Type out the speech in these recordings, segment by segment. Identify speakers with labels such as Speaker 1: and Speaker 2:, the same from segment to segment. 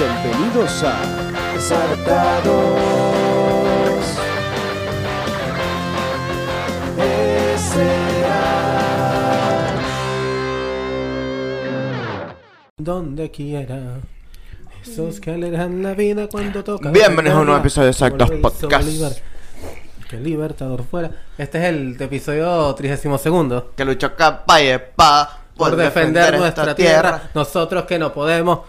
Speaker 1: Bienvenidos a Exaltados
Speaker 2: Donde quiera. Esos que alejan la vida cuando toca.
Speaker 3: Bienvenidos a un nuevo
Speaker 2: Volver
Speaker 3: episodio de Exactos
Speaker 2: hizo
Speaker 3: Podcast.
Speaker 2: Bolívar. Que libertador fuera. Este es el episodio 32.
Speaker 3: Que luchó capa y espada
Speaker 2: Por defender, nuestra tierra. Nosotros que no podemos.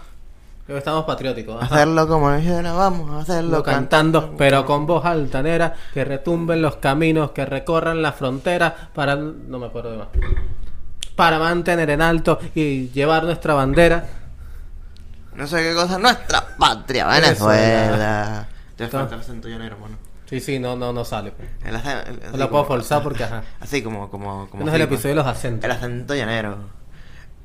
Speaker 2: Creo que estamos patrióticos. ajá.
Speaker 3: Hacerlo como dijera, vamos a hacerlo
Speaker 2: Lo cantando, pero con voz altanera. Que retumben los caminos, que recorran las fronteras. Para. No me acuerdo de más. Para mantener en alto y llevar nuestra bandera.
Speaker 3: No sé qué cosa, nuestra patria,
Speaker 2: Venezuela.
Speaker 3: Venezuela. Te falta el acento llanero, hermano.
Speaker 2: Sí, sí, no, no, no sale. pues.
Speaker 3: El acento- el-
Speaker 2: No
Speaker 3: así
Speaker 2: la
Speaker 3: como-
Speaker 2: puedo forzar porque, ajá. Este
Speaker 3: Así como, como, como.
Speaker 2: No es el
Speaker 3: así, pues.
Speaker 2: episodio de los acentos.
Speaker 3: El acento llanero.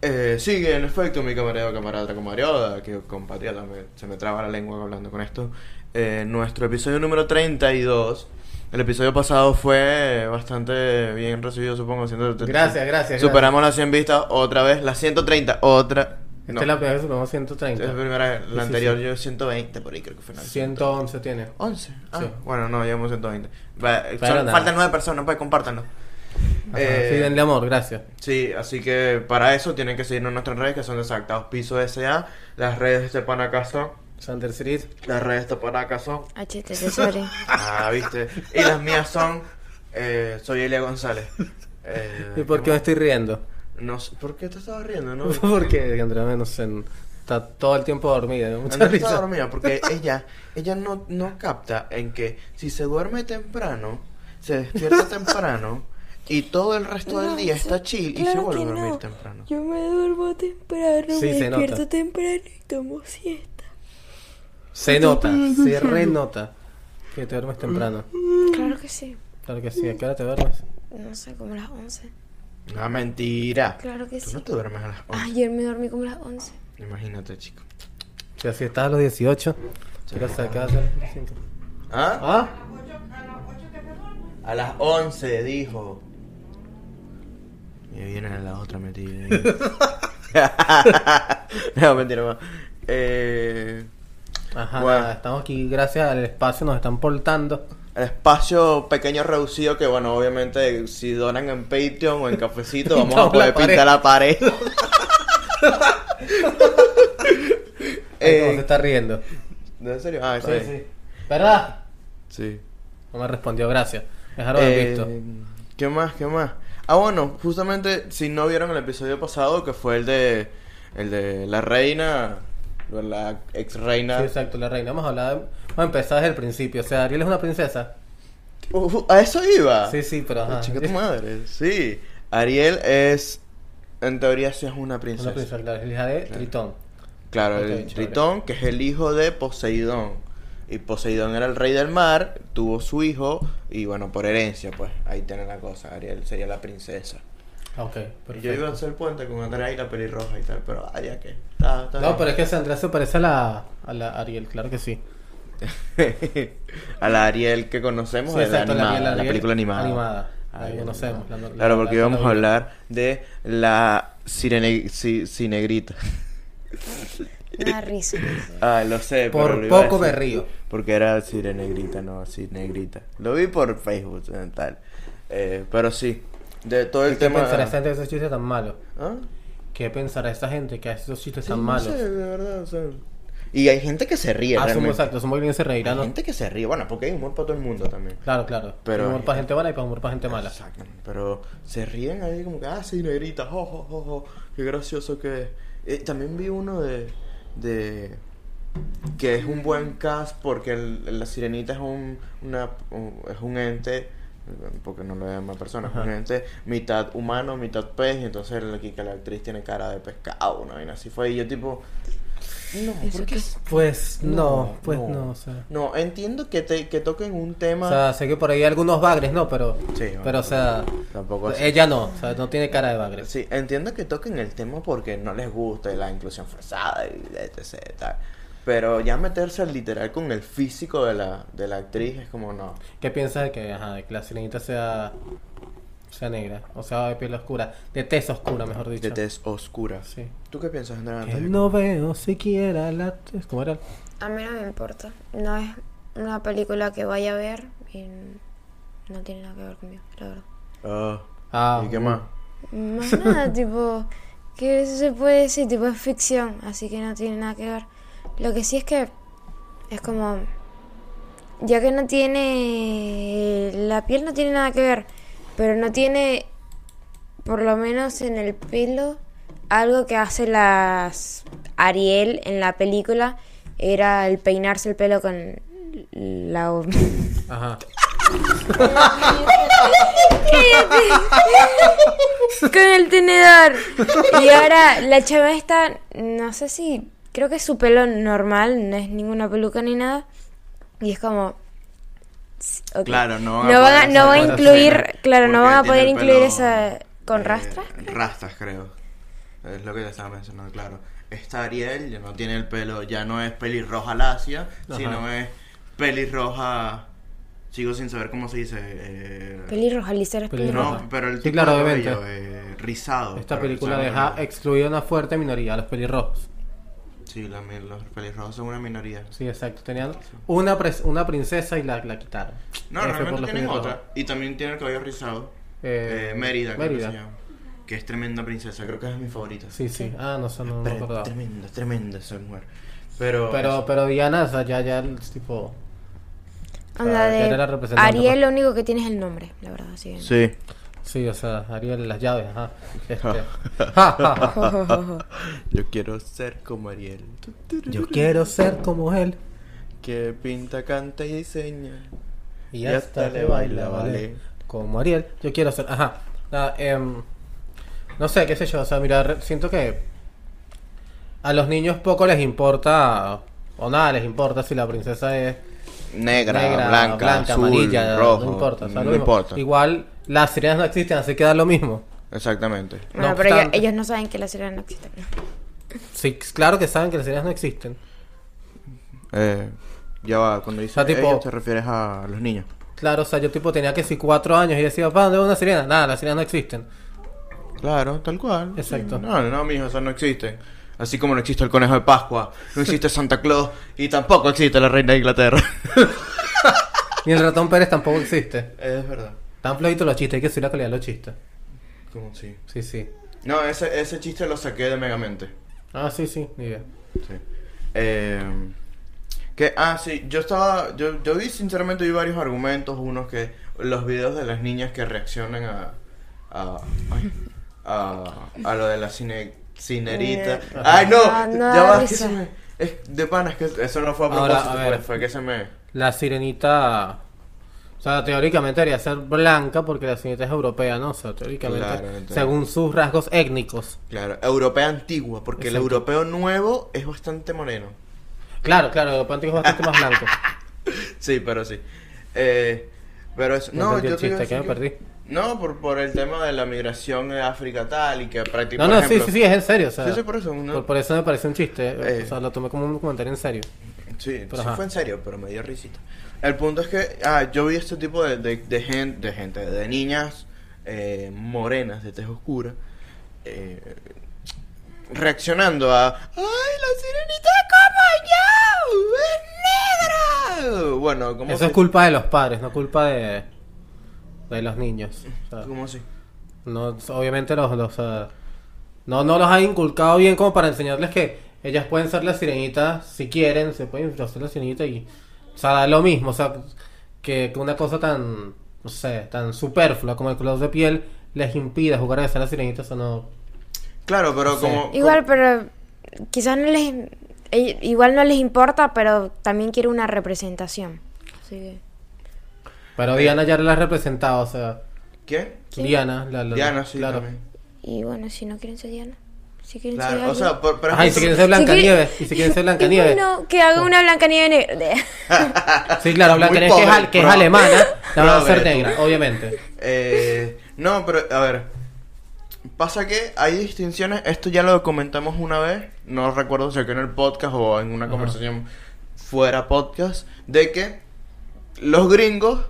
Speaker 3: Eh, sigue en efecto mi camarada, camarada, camarada, que compatriota, me- se me traba la lengua hablando con esto. Eh, nuestro episodio número 32. El episodio pasado fue bastante bien recibido, supongo. 170.
Speaker 2: Gracias, gracias,
Speaker 3: Superamos las 100 vistas otra vez, las 130 otra.
Speaker 2: Esta
Speaker 3: no,
Speaker 2: Este es la primera vez que supongamos
Speaker 3: esta es la
Speaker 2: 130.
Speaker 3: primera vez.
Speaker 2: Sí, sí,
Speaker 3: La anterior
Speaker 2: sí.
Speaker 3: yo 120, por ahí creo que fue.
Speaker 2: 111 tiene.
Speaker 3: 11. Ah,
Speaker 2: Sí.
Speaker 3: bueno, no, llevamos 120. Va, eh,
Speaker 2: Pero
Speaker 3: son-
Speaker 2: nada.
Speaker 3: faltan 9 personas, pues compártanlo.
Speaker 2: Ajá,
Speaker 3: Eh,
Speaker 2: sí, denle amor, gracias.
Speaker 3: Sí, así que para eso tienen que seguirnos en nuestras redes que son Desactados Piso S.A. Las redes de este pana acá son.
Speaker 2: Sander Cirit.
Speaker 3: Las redes de este pana acá son.
Speaker 4: HT Tesore.
Speaker 3: Ah, viste. Y las mías son. eh, soy Elia González. Eh,
Speaker 2: ¿Y por qué me estoy riendo?
Speaker 3: no sé- ¿Por qué te estabas riendo, no?
Speaker 2: Porque Andrea no sé, está todo el tiempo dormida. me da Mucha
Speaker 3: Andrea está
Speaker 2: risa.
Speaker 3: dormida porque ella, ella no, no capta en que si se duerme temprano, se despierta temprano y todo el resto del día está chill y se vuelve a dormir temprano.
Speaker 4: Yo me duermo temprano,
Speaker 2: Sí,
Speaker 4: me
Speaker 2: se nota.
Speaker 4: despierto temprano y tomo siesta.
Speaker 2: Se nota, se renota que te duermes temprano.
Speaker 4: Claro que sí.
Speaker 2: Claro que sí, ¿a qué hora te duermes?
Speaker 4: No sé, como las 11.
Speaker 3: No, Ah, mentira.
Speaker 4: Claro que
Speaker 3: Tú
Speaker 4: sí. Ah,
Speaker 3: no te duermes a las 11.
Speaker 4: Ayer me dormí como las 11.
Speaker 3: Imagínate, chico.
Speaker 2: Si así estás a los 18, quiero sacar.
Speaker 3: ¿Ah?
Speaker 2: ¿Ah?
Speaker 3: A las 11, dijo. Y viene la otra metida. no, mentira, no. Eh,
Speaker 2: Ajá,
Speaker 3: Bueno.
Speaker 2: nada, estamos aquí gracias al espacio, nos están portando.
Speaker 3: el espacio pequeño reducido que, bueno, obviamente, si donan en Patreon o en Cafecito, vamos a
Speaker 2: Pintamos la
Speaker 3: poder pintar la pared.
Speaker 2: Ay, ¿Cómo se
Speaker 3: eh,
Speaker 2: está riendo?
Speaker 3: ¿no, ¿En serio? Ah,
Speaker 2: Sí,
Speaker 3: sí.
Speaker 2: sí. ¿Verdad?
Speaker 3: Sí.
Speaker 2: No me respondió, gracias. Dejaron de
Speaker 3: Eh,
Speaker 2: visto.
Speaker 3: ¿Qué más? ¿Qué más? Ah, bueno, justamente si no vieron el episodio pasado, que fue el de el de la reina, o la ex reina.
Speaker 2: Sí, exacto, la reina. Vamos a hablar. Vamos a empezar desde el principio. O sea, Ariel es una princesa.
Speaker 3: Uh, uh, a eso iba.
Speaker 2: Sí, sí, pero.
Speaker 3: Ah,
Speaker 2: Ajá.
Speaker 3: chica tu madre. Sí. Ariel es en teoría sí es una princesa.
Speaker 2: Una princesa, claro, es hija de Tritón.
Speaker 3: Claro,
Speaker 2: Ok,
Speaker 3: el
Speaker 2: chévere.
Speaker 3: Tritón, que es el hijo de Poseidón. Y Poseidón era el rey del mar, tuvo su hijo y bueno, por herencia, pues ahí tiene la cosa. Ariel sería la princesa.
Speaker 2: Ah, Ok,
Speaker 3: Yo iba a
Speaker 2: perfecto.
Speaker 3: hacer puente con Andrea y la pelirroja y tal, pero ah, ya que. Está, está
Speaker 2: No, pero es
Speaker 3: bien.
Speaker 2: que Sandra se parece a la, a la Ariel, claro que sí.
Speaker 3: a la Ariel que conocemos
Speaker 2: Sí,
Speaker 3: de la,
Speaker 2: exacto, la
Speaker 3: animada,
Speaker 2: Ariel- la
Speaker 3: la
Speaker 2: Ariel
Speaker 3: película animada.
Speaker 2: animada, la
Speaker 3: Ariel
Speaker 2: que conocemos,
Speaker 3: animada.
Speaker 2: la- la-
Speaker 3: claro,
Speaker 2: la-
Speaker 3: porque
Speaker 2: la-
Speaker 3: íbamos a
Speaker 2: la-
Speaker 3: hablar de la sirene, si- sinegrita.
Speaker 4: Me da risa.
Speaker 3: Ah, lo sé,
Speaker 2: Por
Speaker 3: pero lo iba a
Speaker 2: poco me
Speaker 3: decir
Speaker 2: río.
Speaker 3: Porque era sirenegrita, no, sinegrita. Lo vi por Facebook, eh, tal. Eh, pero sí, de todo el
Speaker 2: ¿Qué
Speaker 3: tema.
Speaker 2: pensará esa gente de esos chistes tan malos?
Speaker 3: ¿Ah?
Speaker 2: ¿Qué pensará esa gente que hace esos chistes
Speaker 3: Sí,
Speaker 2: tan
Speaker 3: no
Speaker 2: malos?
Speaker 3: sé, de verdad, o sea, Y hay gente que se ríe,
Speaker 2: ah, somos
Speaker 3: realmente.
Speaker 2: exacto, somos bien se reirán.
Speaker 3: Hay
Speaker 2: ¿no?
Speaker 3: gente que se ríe, bueno, porque hay humor para todo el mundo también.
Speaker 2: Claro, claro.
Speaker 3: Pero-
Speaker 2: humor para gente buena y pues para humor para gente mala.
Speaker 3: Exacto. Pero se ríen ahí como que, ah, sí, negrita, jo, jo, jo, jo, qué gracioso que es. Eh, también vi uno de, de- que es un buen cast porque el- la sirenita es un, una, un- es un ente, porque no lo es una persona, es un
Speaker 2: Ajá.
Speaker 3: ente mitad humano, mitad pez, y entonces la, que la actriz tiene cara de pescado, una vaina así fue, y yo tipo, no,
Speaker 4: Eso
Speaker 3: ¿por
Speaker 4: que
Speaker 3: qué?
Speaker 4: es-
Speaker 2: Pues no, pues no, o sea.
Speaker 3: No, entiendo que, te, que toquen un
Speaker 2: O
Speaker 3: tema...
Speaker 2: sea, sé que por ahí hay algunos bagres, ¿no? Pero,
Speaker 3: Sí, bueno,
Speaker 2: pero o sea,
Speaker 3: tampoco así.
Speaker 2: Pues ella no, o sea, no tiene cara de bagre.
Speaker 3: Sí, entiendo que toquen el tema porque no les gusta la inclusión forzada y etc. Tal. Pero ya meterse al literal con el físico de la, de la actriz es como no.
Speaker 2: ¿Qué piensas de que, ajá, de que la sirenita sea, sea negra? O sea, de piel oscura, de tez oscura, mejor dicho.
Speaker 3: De tez oscura.
Speaker 2: Sí.
Speaker 3: ¿Tú qué piensas, Andrea?
Speaker 2: Que no veo siquiera la tez. ¿Cómo era?
Speaker 4: A mí no me importa. No es una película que vaya a ver y no tiene nada que ver conmigo, la verdad.
Speaker 3: Ah.
Speaker 2: Ah,
Speaker 3: ¿Y qué más?
Speaker 4: Más nada, tipo, que eso se puede decir, tipo, es ficción, así que no tiene nada que ver. Lo que sí es que es como, ya que no tiene, la piel no tiene nada que ver, pero no tiene, por lo menos en el pelo, algo que hace las Ariel en la película, era el peinarse el pelo con la...
Speaker 2: Ajá.
Speaker 4: con el tenedor. Y ahora la chava esta, no sé si, creo que es su pelo normal, no es ninguna peluca ni nada. Y es como... s- ok.
Speaker 3: Claro, no van a
Speaker 4: No van a,
Speaker 3: poder
Speaker 4: no va a
Speaker 2: hacer
Speaker 4: incluir,
Speaker 3: escena,
Speaker 4: claro, no
Speaker 3: porque
Speaker 4: van a
Speaker 3: tiene
Speaker 4: poder
Speaker 3: el
Speaker 4: incluir
Speaker 3: pelo,
Speaker 4: esa... ¿Con
Speaker 3: eh,
Speaker 4: rastras?
Speaker 3: Rastas, creo. Es lo que te estaba mencionando, claro. Esta Ariel ya no tiene el pelo, ya no es pelirroja lacia,
Speaker 2: Ajá.
Speaker 3: sino es pelirroja. Sigo sin saber cómo se dice. eh,
Speaker 4: Pelirroja, lisa era pelirroja.
Speaker 2: Pelirroja.
Speaker 3: No, pero el
Speaker 2: Sí,
Speaker 3: tipo
Speaker 2: claro,
Speaker 3: de
Speaker 2: obviamente.
Speaker 3: cabello, eh, rizado.
Speaker 2: Esta
Speaker 3: pero
Speaker 2: película
Speaker 3: rizado,
Speaker 2: deja
Speaker 3: pero-
Speaker 2: excluida una fuerte minoría, a los pelirrojos.
Speaker 3: Sí, la mi- los pelirrojos son una minoría.
Speaker 2: Sí, exacto. Tenían una, pres- una princesa y la, la quitaron.
Speaker 3: No,
Speaker 2: F por
Speaker 3: realmente
Speaker 2: los
Speaker 3: tienen
Speaker 2: pelirrojos.
Speaker 3: otra. Y también tiene el cabello rizado.
Speaker 2: Eh,
Speaker 3: Eh, Mérida, creo
Speaker 2: Mérida.
Speaker 3: que se llama. Que es tremenda princesa, creo que es mi favorita.
Speaker 2: Sí, sí. Ah, no sé, no, no me
Speaker 3: Pero es
Speaker 2: acordaba.
Speaker 3: tremenda, tremenda esa mujer. Pero.
Speaker 2: Pero, pero Diana, o sea, ya, ya, el tipo.
Speaker 4: Onda
Speaker 2: Ah, ya era la
Speaker 4: de...
Speaker 2: representante,
Speaker 4: Ariel
Speaker 2: pues.
Speaker 4: lo único que tiene es el nombre, la verdad, así que-
Speaker 3: Sí.
Speaker 2: Sí, o sea, Ariel, las llaves, ajá. Este.
Speaker 3: Yo quiero ser como Ariel.
Speaker 2: Yo quiero ser como él.
Speaker 3: Que pinta, canta y diseña.
Speaker 2: Y hasta le baila, vale. Como Ariel, yo quiero ser. Ajá. Nada, em, no sé, qué sé yo. O sea, mira, re- siento que a los niños poco les importa, o nada les importa si la princesa es
Speaker 3: Negra,
Speaker 2: negra,
Speaker 3: blanca,
Speaker 2: blanca,
Speaker 3: azul,
Speaker 2: amarilla,
Speaker 3: rojo.
Speaker 2: no importa. o sea, lo
Speaker 3: no
Speaker 2: mismo.
Speaker 3: importa.
Speaker 2: Igual las sirenas no existen, así que da lo mismo.
Speaker 3: Exactamente.
Speaker 4: Bueno,
Speaker 2: No
Speaker 4: pero ellos,
Speaker 2: obstante.
Speaker 4: ellos no saben que la sirena no existe.
Speaker 2: Sí, claro que saben que las sirenas no existen.
Speaker 3: Eh, ya va, cuando dices
Speaker 2: sea, tipo-
Speaker 3: ellos te refieres a los niños.
Speaker 2: Claro, o sea, yo tipo tenía que si cuatro años y decía, papá, ¿dónde va una sirena? Nada, las sirenas no existen.
Speaker 3: Claro, tal cual.
Speaker 2: Exacto.
Speaker 3: No, no, mijo, eso no existe. Así como no existe el conejo de Pascua, no existe Santa Claus y tampoco existe la reina de Inglaterra.
Speaker 2: Ni el ratón Pérez tampoco existe.
Speaker 3: es verdad.
Speaker 2: Tan flojitos los chistes, hay que subir la calidad de los chistes.
Speaker 3: Como sí.
Speaker 2: Sí, sí.
Speaker 3: No, ese, ese chiste lo saqué de Megamente.
Speaker 2: Ah, sí, sí, ni idea.
Speaker 3: Sí. Eh, que, ah, sí, yo estaba, yo, yo vi, sinceramente, vi varios argumentos, unos que, los videos de las niñas que reaccionan a, a, ay, a, a lo de la cine, cinerita.
Speaker 4: Eh,
Speaker 3: Ay, no,
Speaker 4: Ah, no
Speaker 3: ya
Speaker 4: da
Speaker 3: va, es que
Speaker 4: risa.
Speaker 3: se me, es, de panas, que eso no fue a
Speaker 2: Ahora,
Speaker 3: propósito,
Speaker 2: a ver.
Speaker 3: pues, fue que se me,
Speaker 2: La sirenita. O sea, teóricamente debería ser blanca porque la sirenita es europea, ¿no? O sea, teóricamente,
Speaker 3: Claro, entiendo.
Speaker 2: según sus rasgos étnicos.
Speaker 3: claro, europea antigua, porque el
Speaker 2: Exacto.
Speaker 3: europeo nuevo es bastante moreno.
Speaker 2: Claro, claro, el europeo antiguo es bastante más blanco.
Speaker 3: Sí, pero sí. Eh, pero eso,
Speaker 2: No
Speaker 3: no,
Speaker 2: entendí
Speaker 3: yo
Speaker 2: el
Speaker 3: te iba a
Speaker 2: chiste,
Speaker 3: decir
Speaker 2: que me perdí.
Speaker 3: No, por, por el tema de la migración de África tal y que prácticamente.
Speaker 2: No, no, sí, sí, sí, es en serio. O sea,
Speaker 3: Sí, sí, por eso, ¿no?
Speaker 2: por, por eso me pareció un chiste.
Speaker 3: Eh.
Speaker 2: O sea, lo tomé como un comentario en serio.
Speaker 3: Sí,
Speaker 2: Pero
Speaker 3: sí
Speaker 2: ajá.
Speaker 3: fue en serio, pero me dio risita. El punto es que ah, yo vi este tipo de, de, de gen- de gente, de, niñas eh, morenas de tez oscura, eh, reaccionando a ¡Ay, la sirenita es como yo! ¡Es negra! Bueno, como
Speaker 2: Eso
Speaker 3: si-
Speaker 2: es culpa de los padres, no culpa de, de los niños. O sea,
Speaker 3: como si-
Speaker 2: no, obviamente los, los eh, no, no los han inculcado bien como para enseñarles que ellas pueden ser las sirenitas si quieren, se pueden disfrazar las sirenitas y o sea, da lo mismo, o sea, que que una cosa tan no sé, tan superflua como el color de piel les impida jugar a ser las sirenitas o no.
Speaker 3: Claro, pero
Speaker 2: Sí.
Speaker 3: como.
Speaker 4: Igual, pero quizás no les... ell- Igual no les importa, pero también quiero una representación. Así que...
Speaker 2: Pero Diana ya la ha representado, o sea,
Speaker 3: ¿Qué?
Speaker 2: Diana, la, la-
Speaker 3: Diana, sí,
Speaker 2: claro.
Speaker 3: también.
Speaker 4: Y bueno, si no quieren ser Diana. Si quieren ser
Speaker 3: Claro, o
Speaker 4: alguien.
Speaker 3: sea, por- pero
Speaker 2: Ajá, y si
Speaker 3: justo-
Speaker 2: quieren ser Blancanieves, y si quieren ser Blancanieves.
Speaker 4: bueno, que haga una Blancanieves negra.
Speaker 2: Sí, claro,
Speaker 3: Muy
Speaker 2: Blancanieves que es,
Speaker 3: pobre,
Speaker 2: al- que es
Speaker 3: bro.
Speaker 2: alemana, la van a
Speaker 3: Bro,
Speaker 2: hacer
Speaker 3: tú.
Speaker 2: negra, obviamente.
Speaker 3: Eh, no, pero a ver. Pasa que hay distinciones. Esto ya lo comentamos una vez. No recuerdo si aquí en el podcast o en una
Speaker 2: Ajá.
Speaker 3: conversación fuera podcast. De que los gringos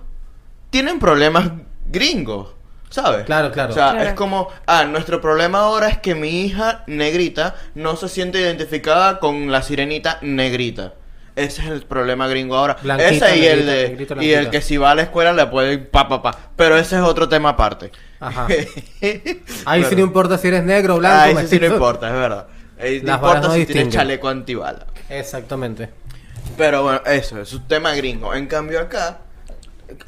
Speaker 3: tienen problemas gringos. ¿Sabes?
Speaker 2: Claro, claro.
Speaker 3: O sea,
Speaker 4: Claro.
Speaker 3: es como, ah, nuestro problema ahora es que mi hija negrita no se siente identificada con la sirenita negrita. Ese es el problema gringo ahora.
Speaker 2: Blanquito,
Speaker 3: ese y el,
Speaker 2: negrito,
Speaker 3: de-
Speaker 2: negrito,
Speaker 3: y el
Speaker 2: blanquito.
Speaker 3: que si va a la escuela le puede pa pa pa. Pero ese es otro tema aparte.
Speaker 2: Ajá. Ahí
Speaker 3: Ahí
Speaker 2: sí no importa si eres negro, blanco,
Speaker 3: Ahí Ah, sí, sí no
Speaker 2: mestizo.
Speaker 3: importa, es verdad. Ahí no
Speaker 2: Las
Speaker 3: importa
Speaker 2: balas no
Speaker 3: si
Speaker 2: distinguen.
Speaker 3: tienes chaleco antibala.
Speaker 2: Exactamente.
Speaker 3: Pero bueno, eso es un tema gringo. En cambio acá...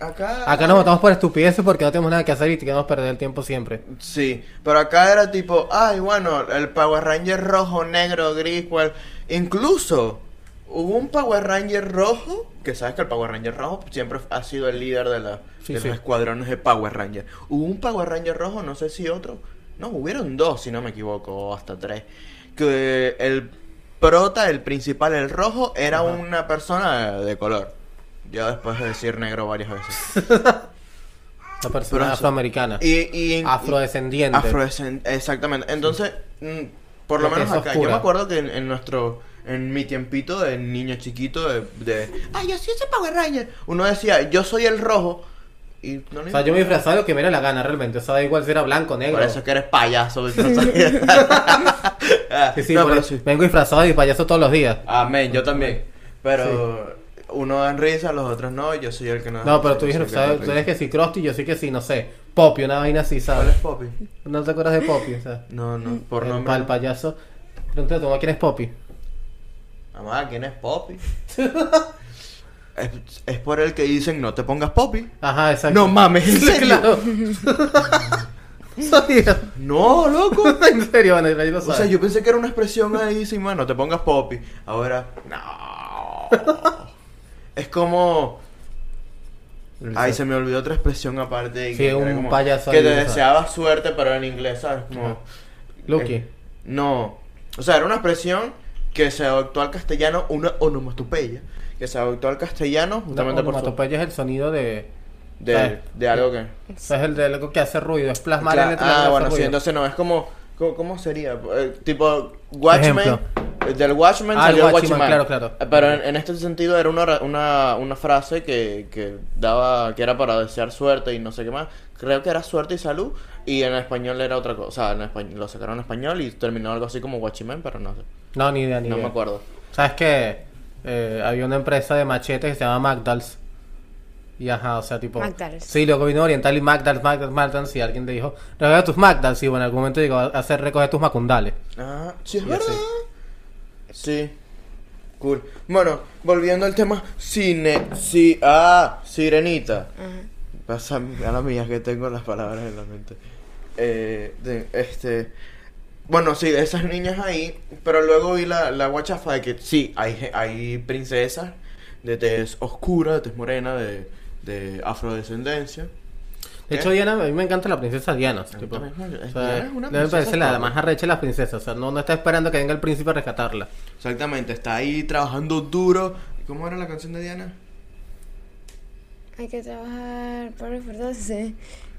Speaker 3: Acá...
Speaker 2: Acá nos votamos por estupideces porque no tenemos nada que hacer y te queremos perder el tiempo siempre.
Speaker 3: Sí, pero acá era tipo, ay, bueno, el Power Ranger rojo, negro, gris, cual. Incluso hubo un Power Ranger rojo, que sabes que el Power Ranger rojo siempre ha sido el líder de, la,
Speaker 2: Sí,
Speaker 3: de
Speaker 2: sí.
Speaker 3: los escuadrones de Power Ranger. Hubo un Power Ranger rojo, no sé si otro. No, hubieron dos, si no me equivoco, o hasta tres. Que el prota, el principal, el rojo, era una persona de, de color. Ya después de decir negro varias veces.
Speaker 2: Una persona
Speaker 3: Pero eso-
Speaker 2: afroamericana.
Speaker 3: Y, y- y-
Speaker 2: afrodescendiente.
Speaker 3: Afrodescend- exactamente. Entonces, mm, por lo
Speaker 2: Porque
Speaker 3: menos
Speaker 2: es
Speaker 3: acá, yo
Speaker 2: oscura.
Speaker 3: me acuerdo que en, en nuestro, en mi tiempito de niño chiquito, de, de, ay, yo soy ese Power Ranger. Uno decía, yo soy el rojo. Y no le
Speaker 2: o sea, yo me
Speaker 3: importaba.
Speaker 2: disfrazaba de lo que me era la gana realmente. O sea, da igual si era blanco, negro.
Speaker 3: Por eso es que eres payaso. no
Speaker 2: Sí, sí,
Speaker 3: No,
Speaker 2: por
Speaker 3: pero
Speaker 2: eso.
Speaker 3: sí.
Speaker 2: Vengo disfrazado de payaso todos los días.
Speaker 3: Amén, yo también. Pero uno dan risa, los otros no. Yo soy el que no.
Speaker 2: No, pero tú
Speaker 3: yo soy
Speaker 2: dijiste,
Speaker 3: el que
Speaker 2: ¿sabes?
Speaker 3: da
Speaker 2: tú
Speaker 3: risa.
Speaker 2: eres que sí Krusty, yo sí que sí, no sé. Poppy, una vaina así,
Speaker 3: ¿Cuál
Speaker 2: ¿sabes?
Speaker 3: es Poppy?
Speaker 2: ¿No te acuerdas de Poppy? O sea,
Speaker 3: No, no, por
Speaker 2: el,
Speaker 3: nombre.
Speaker 2: pal payaso. Pregúntale a tu mamá quién es Poppy.
Speaker 3: Mamá, ¿quién es Poppy? es, es por el que dicen no te pongas Poppy.
Speaker 2: Ajá, exacto.
Speaker 3: No mames, ¿en serio?
Speaker 2: claro. Sabía.
Speaker 3: No, loco.
Speaker 2: en serio, Ana, ahí lo
Speaker 3: O
Speaker 2: sabes.
Speaker 3: sea, yo pensé que era una expresión ahí, sin más, no te pongas Poppy. Ahora, no. es como. Ay, se me olvidó otra expresión aparte.
Speaker 2: Sí,
Speaker 3: que era
Speaker 2: un
Speaker 3: como
Speaker 2: payaso
Speaker 3: Que
Speaker 2: ahí,
Speaker 3: te
Speaker 2: ¿sabes?
Speaker 3: deseaba suerte, pero en inglés, ¿sabes? Como,
Speaker 2: Ajá. Lucky.
Speaker 3: eh, no. O sea, era una expresión que se adoptó al castellano, una onomatopeya. Que se adoptó al castellano justamente por su.
Speaker 2: onomatopeya pues, es el sonido de...
Speaker 3: De, de algo que.
Speaker 2: o sea, Es el de algo que hace ruido, es plasmar
Speaker 3: Cla-
Speaker 2: en letras lo que
Speaker 3: ah,
Speaker 2: hace
Speaker 3: bueno, sí,
Speaker 2: ruido.
Speaker 3: entonces no, es como, co- ¿cómo sería? Eh, tipo, Watchmen,
Speaker 2: Ejemplo.
Speaker 3: eh, del Watchmen
Speaker 2: Ah, el
Speaker 3: salió
Speaker 2: Watchman,
Speaker 3: Watchmen,
Speaker 2: claro, claro.
Speaker 3: Eh, Pero en, en este sentido era una, ra- una, una frase que, que daba, que era para desear suerte y no sé qué más. Creo que era suerte y salud, y en español era otra cosa, o sea, en español, lo sacaron en español y terminó algo así como Watchmen, pero no sé,
Speaker 2: No, ni idea, ni
Speaker 3: no
Speaker 2: idea.
Speaker 3: me acuerdo.
Speaker 2: ¿Sabes qué? Eh, había una empresa de machetes que se llama Magdals. Y ajá, o sea, tipo...
Speaker 4: McDonald's.
Speaker 2: Sí, luego vino Oriental y Magdals, Magdals, Magdals. Y alguien le dijo, recoge tus Magdals. Y bueno, en algún momento llegó a hacer recoger tus macundales.
Speaker 3: Ah, sí, es
Speaker 2: Y
Speaker 3: verdad.
Speaker 2: así.
Speaker 3: Sí. Cool. Bueno, volviendo al tema cine, sí, ah, Sirenita.
Speaker 4: Ajá.
Speaker 3: Pasa a la mía que tengo las palabras en la mente. Eh, de- este. Bueno, sí, de esas niñas ahí. Pero luego vi la, la guachafa de que sí, hay, ge- hay princesas de tez oscura, de tez morena, de, de afrodescendencia.
Speaker 2: De
Speaker 3: ¿Qué?
Speaker 2: hecho, Diana, a mí me encanta la princesa Diana. o sea, tipo,
Speaker 3: también, ¿no?
Speaker 2: o sea,
Speaker 3: Diana es una
Speaker 2: a mí me parece
Speaker 3: princesa
Speaker 2: la,
Speaker 3: toda.
Speaker 2: más arrecha de las princesas. O sea, no, no está esperando que venga el príncipe a rescatarla.
Speaker 3: Exactamente, está ahí trabajando duro. ¿Cómo era la canción de Diana?
Speaker 4: Hay que trabajar por esforzarse.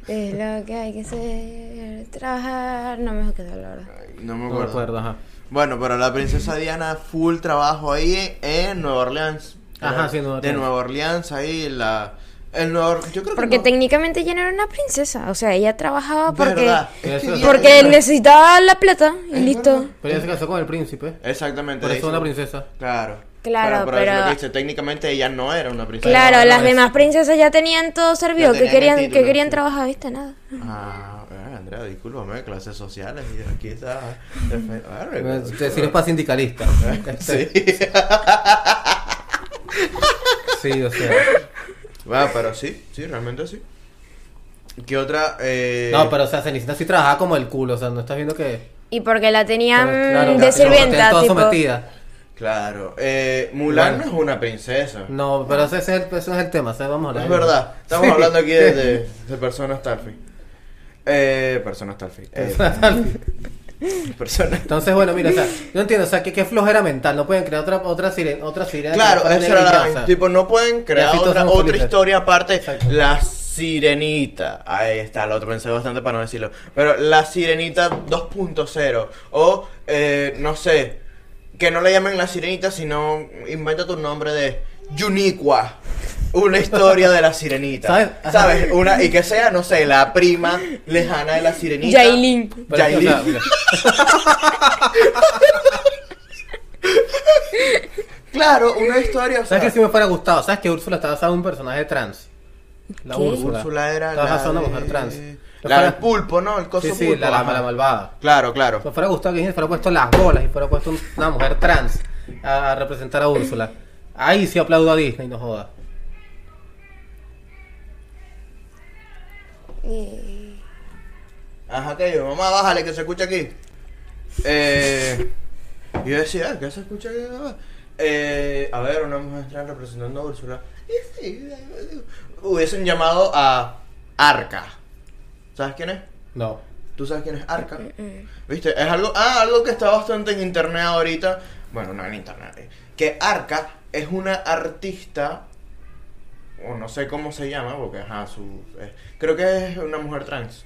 Speaker 4: Es lo que hay que hacer. Trabajar. No me dejo quedar, la verdad.
Speaker 3: Ay, No me
Speaker 2: No me
Speaker 3: acuerdo.
Speaker 2: acuerdo, ajá.
Speaker 3: Bueno, pero la princesa Diana, full trabajo ahí en Nueva Orleans.
Speaker 2: Ajá, sí, en Nueva
Speaker 3: De
Speaker 2: Orleans.
Speaker 3: Nueva Orleans, ahí la. El Nueva Or- Yo creo que.
Speaker 4: Porque
Speaker 3: no-
Speaker 4: técnicamente ella no era una princesa. O sea, ella trabajaba porque,
Speaker 3: Verdad, es que
Speaker 2: Eso-
Speaker 3: Diana-
Speaker 4: porque necesitaba la plata y
Speaker 3: Es
Speaker 4: listo.
Speaker 3: verdad.
Speaker 2: Pero ella se casó con el príncipe.
Speaker 3: Exactamente.
Speaker 2: Por
Speaker 3: de
Speaker 2: eso
Speaker 3: ahí
Speaker 2: es una
Speaker 3: se-
Speaker 2: princesa.
Speaker 3: Claro.
Speaker 4: Claro,
Speaker 3: pero, es lo
Speaker 4: pero-
Speaker 3: que dice, técnicamente ella no era una princesa.
Speaker 4: Claro,
Speaker 2: no
Speaker 4: las
Speaker 2: es.
Speaker 4: demás princesas ya tenían todo servido.
Speaker 3: Ya
Speaker 4: que
Speaker 3: tenían
Speaker 4: querían,
Speaker 3: el
Speaker 4: que
Speaker 3: título,
Speaker 4: querían
Speaker 3: sí.
Speaker 4: trabajar? ¿Viste? Nada.
Speaker 3: Ah, eh, Andrea, discúlpame, clases sociales y aquí está.
Speaker 2: Bueno, te sirves para sindicalista.
Speaker 3: Sí.
Speaker 2: Sí, o sea.
Speaker 3: Bueno, pero sí, sí, realmente sí. ¿Qué otra? Eh...
Speaker 2: No, pero o sea, Cenicienta sí trabajaba como el culo. O sea, no estás viendo que.
Speaker 4: Y porque la tenían
Speaker 2: Pero, claro,
Speaker 4: Mm, de
Speaker 2: la-
Speaker 4: sirvienta.
Speaker 2: toda
Speaker 4: tipo,
Speaker 2: sometida.
Speaker 3: Claro. Eh, Mulan
Speaker 2: Mulan.
Speaker 3: no es una princesa.
Speaker 2: No, pero ese, ese es el, ese no es el tema. o sea, vamos a hablar
Speaker 3: Es
Speaker 2: de-
Speaker 3: verdad. Estamos
Speaker 2: Sí.
Speaker 3: hablando aquí de, de, de personas Starfish. Eh, personas Starfish. Eh, personas
Speaker 2: Entonces, bueno, mira, o sea, no entiendo, o sea, que qué flojera mental, no pueden crear otra otra sirena, otra sirena.
Speaker 3: Claro,
Speaker 2: que no
Speaker 3: esa era
Speaker 2: fuera
Speaker 3: la.
Speaker 2: brillosa.
Speaker 3: Tipo, no pueden crear
Speaker 2: así todos
Speaker 3: otra,
Speaker 2: somos
Speaker 3: otra
Speaker 2: felices.
Speaker 3: historia aparte.
Speaker 2: Exacto.
Speaker 3: La sirenita. Ahí está, lo pensé bastante para no decirlo. Pero la sirenita 2.0. O, eh, no sé. Que no le llamen la sirenita, sino inventa tu nombre de Yuniqua. Una historia de la sirenita.
Speaker 2: ¿Sabes? Ajá.
Speaker 3: ¿Sabes? Una, y que sea, no sé, la prima lejana de la sirenita.
Speaker 4: Yailin.
Speaker 2: Pero es que, o sea,
Speaker 3: Yailin.
Speaker 2: mira,
Speaker 3: Claro, una una historia, o sea,
Speaker 2: ¿Sabes que si me fuera gustado? ¿Sabes que Úrsula está basada en un personaje trans? La
Speaker 4: ¿Qué?
Speaker 2: Úrsula.
Speaker 3: Úrsula era
Speaker 2: Está
Speaker 3: la
Speaker 2: basada en una
Speaker 3: de-
Speaker 2: mujer trans. Me
Speaker 3: La del
Speaker 2: fuera-
Speaker 3: pulpo, ¿no? El coso
Speaker 2: Sí, sí,
Speaker 3: pulpo,
Speaker 2: la, la-
Speaker 3: ajá.
Speaker 2: la malvada.
Speaker 3: Claro, claro.
Speaker 2: Me fuera gustado que si fuera puesto las bolas y fuera puesto un- una mujer trans a, a representar a Úrsula. Ahí sí aplaudo a Disney, no joda.
Speaker 4: Y...
Speaker 3: Ajá, que yo, mamá, bájale que se escucha aquí. Eh, y yo decía, ah, ¿qué se escucha aquí? mamá? Eh, a ver, una mujer trans representando a Úrsula. Y sí, hubiesen llamado a Arca. ¿Sabes quién es?
Speaker 2: No.
Speaker 3: ¿Tú sabes quién es Arca?
Speaker 4: mm.
Speaker 3: ¿Viste? Es algo, ah, algo que está bastante en internet ahorita. Bueno, no en internet. eh. Que Arca es una artista, o no sé cómo se llama, porque ajá, su, eh, creo que es una mujer trans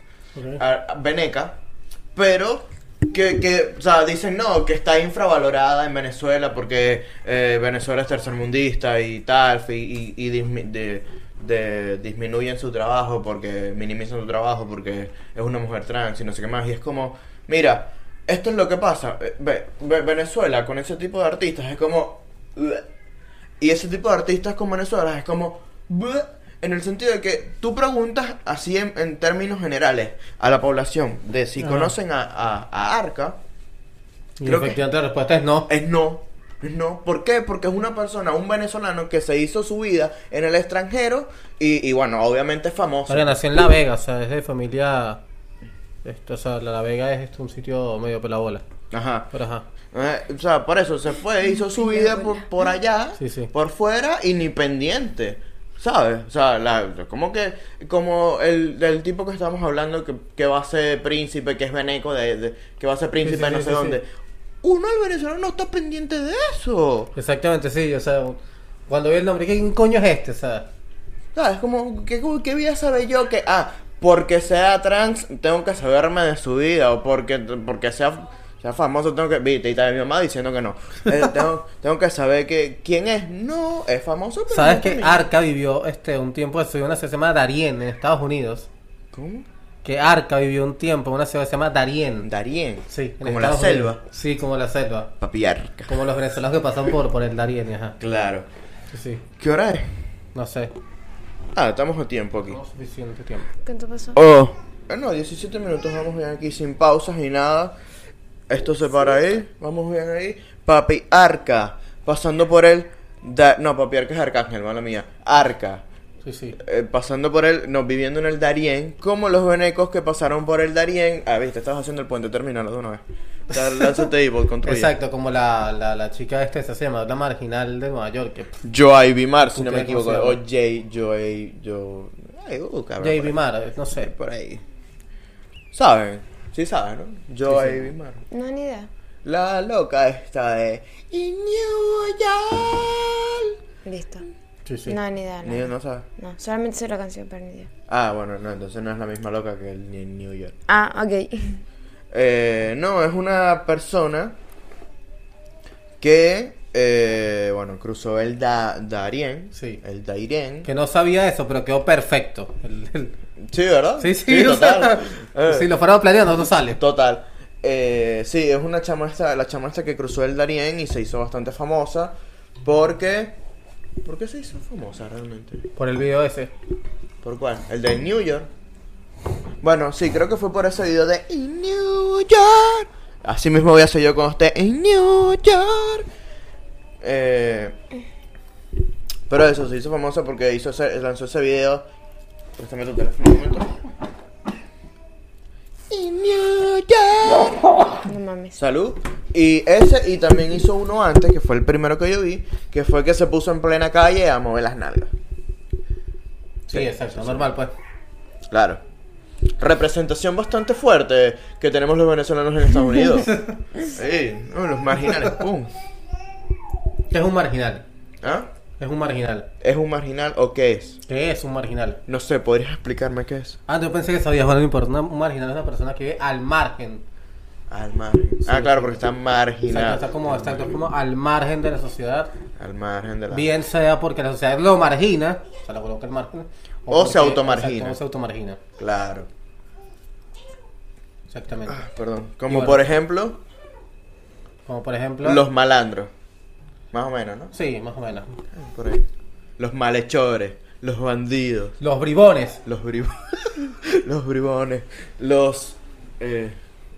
Speaker 3: a- a- veneca, pero que, que, o sea, dicen no, que está infravalorada en Venezuela porque eh, Venezuela es tercermundista y tal, y, y- y dismi- de- de- disminuyen su trabajo porque minimizan su trabajo porque es una mujer trans y no sé qué más. Y es como, mira, esto es lo que pasa. eh, ve- ve- Venezuela con ese tipo de artistas es como... "Bleh". Y ese tipo de artistas con Venezuela es como... "Bleh", En el sentido de que tú preguntas así en, en términos generales a la población de si
Speaker 2: Ajá.
Speaker 3: conocen a, a- a Arca,
Speaker 2: Y
Speaker 3: Creo que- Eh,
Speaker 2: efectivamente la respuesta es no.
Speaker 3: es no. Es no. ¿Por qué? Porque es una persona, un venezolano que se hizo su vida en el extranjero y, y bueno, obviamente es famoso.
Speaker 2: Ahora nació en La Vega, o sea, es de familia. Esto, o sea, La La Vega es esto, un sitio medio pelabola.
Speaker 3: Ajá.
Speaker 2: Pero ajá.
Speaker 3: Eh, o sea, por eso se fue, hizo su vida por, por allá,
Speaker 2: Sí, sí.
Speaker 3: por fuera y ni pendiente. ¿Sabes? O sea, la- como que, como el del tipo que estamos hablando que, que va a ser príncipe, que es veneco, de, de- que va a ser príncipe
Speaker 2: sí,
Speaker 3: no
Speaker 2: sí,
Speaker 3: sé
Speaker 2: sí,
Speaker 3: dónde.
Speaker 2: sí.
Speaker 3: Uno al venezolano no está pendiente de eso.
Speaker 2: Exactamente, sí, o sea, cuando vi el nombre, ¿qué coño es este? O sea,
Speaker 3: ¿Sabes? Ah, Como, ¿qué, cómo- ¿qué vida sabe yo que, ah, porque sea trans tengo que saberme de su vida? O porque, porque sea, sea famoso tengo que... Viste, y tal, mi mamá diciendo que no. Eh, tengo, tengo que saber que, quién es. No, es famoso, pero...
Speaker 2: ¿sabes
Speaker 3: no
Speaker 2: que
Speaker 3: también.
Speaker 2: Arca vivió este un tiempo de su vida en una ciudad que se llama Darien, en Estados Unidos?
Speaker 3: ¿Cómo?
Speaker 2: Que Arca vivió un tiempo en una ciudad que se llama Darien.
Speaker 3: Darien.
Speaker 2: Sí, en
Speaker 3: Como la
Speaker 2: Estados
Speaker 3: selva.
Speaker 2: Unidos. Sí, como la selva.
Speaker 3: Papiarca.
Speaker 2: Como los venezolanos que pasan por, por el Darien, ajá.
Speaker 3: Claro.
Speaker 2: Sí, sí,
Speaker 3: ¿Qué hora es?
Speaker 2: no sé.
Speaker 3: Ah, estamos a tiempo aquí.
Speaker 2: No suficiente tiempo.
Speaker 4: ¿Cuánto pasó?
Speaker 3: Oh. Ah, no, 17 minutos vamos bien aquí sin pausas ni nada. Esto se para ahí. Vamos bien ahí. Papi Arca. Pasando por el. Da- no, Papi Arca es Arcángel, mala mía. Arca.
Speaker 2: Sí, sí.
Speaker 3: Eh, pasando por el. No, viviendo en el Darién. Como los venecos que pasaron por el Darién. Ah, viste, estabas haciendo el puente. Terminalo de una vez. Ya, Lánzate ahí, por construir.
Speaker 2: Exacto, como la, la, la chica esta esa se llama la marginal de Nueva York, que pff,
Speaker 3: Joy Bimar, si no me
Speaker 2: Puta, ¿cómo
Speaker 3: equivoco.
Speaker 2: se
Speaker 3: O
Speaker 2: llama?
Speaker 3: Jay, Joy, Joe. Ay, uh, cabrón.
Speaker 2: J.B.
Speaker 3: por ahí.
Speaker 2: Mar, eh, no sé.
Speaker 3: Por ahí. ¿Saben? Sí saben, ¿no? Joy Bimar.
Speaker 4: No, ni idea.
Speaker 3: La loca esta de In New York.
Speaker 4: Listo.
Speaker 2: Sí, sí.
Speaker 4: No, ni idea.
Speaker 3: Ni
Speaker 4: No.
Speaker 3: no sabe.
Speaker 4: no, solamente sé la canción, pero ni idea.
Speaker 3: Ah, bueno, no, entonces no es la misma loca que el ni- New York.
Speaker 4: Ah, ok.
Speaker 3: Eh, no, es una persona que, eh, bueno, cruzó el da Darien.
Speaker 2: Sí.
Speaker 3: El Darien.
Speaker 2: Que no sabía eso, pero quedó perfecto. El- el-
Speaker 3: Sí, ¿verdad?
Speaker 2: Sí, sí, o
Speaker 3: total.
Speaker 2: sea,
Speaker 3: Eh.
Speaker 2: si lo fuera planeando no sale.
Speaker 3: Total. Eh, sí, es una chama esta- la chama esta que cruzó el Darién y se hizo bastante famosa porque... ¿Por qué se hizo famosa realmente?
Speaker 2: Por el video ese.
Speaker 3: ¿Por cuál? El de New York. Bueno, sí, creo que fue por ese video de In New York. Así mismo voy a hacer yo con usted In New York. Eh, pero eso, se hizo famosa porque hizo ese- lanzó ese video. Préstame tu teléfono un momento. In New York.
Speaker 4: No mames.
Speaker 3: Salud. Y ese, y también hizo uno antes, que fue el primero que yo vi, que fue que se puso en plena calle a mover las nalgas.
Speaker 2: Sí,
Speaker 3: Sí,
Speaker 2: exacto, normal pues.
Speaker 3: Claro. Representación bastante fuerte que tenemos los venezolanos en Estados Unidos. sí, no, los marginales, pum.
Speaker 2: ¿Qué es un marginal?
Speaker 3: ¿Ah?
Speaker 2: Es un marginal.
Speaker 3: ¿Es un marginal o qué es?
Speaker 2: ¿Qué es un marginal?
Speaker 3: No sé, ¿podrías explicarme qué es?
Speaker 2: Ah, yo pensé que sabías, bueno, no importa. una- Un marginal es una persona que vive al margen.
Speaker 3: Al margen. Ah, claro, porque está
Speaker 2: Exacto,
Speaker 3: marginal.
Speaker 2: está como, exacto, es como al margen de la sociedad.
Speaker 3: Al margen de la.
Speaker 2: Bien sea porque la sociedad lo margina, o sea, lo coloca al margen.
Speaker 3: O se
Speaker 2: porque-
Speaker 3: automargina.
Speaker 2: exacto, o se automargina,
Speaker 3: Claro.
Speaker 2: exactamente.
Speaker 3: Ah, Perdón.
Speaker 2: Y
Speaker 3: Como
Speaker 2: bueno.
Speaker 3: por ejemplo,
Speaker 2: Como por ejemplo,
Speaker 3: los malandros. Más o menos, ¿no?
Speaker 2: Sí, más o menos.
Speaker 3: Por ahí. Los malhechores, los bandidos,
Speaker 2: Los bribones.
Speaker 3: los bribones, los bribones, los... eh,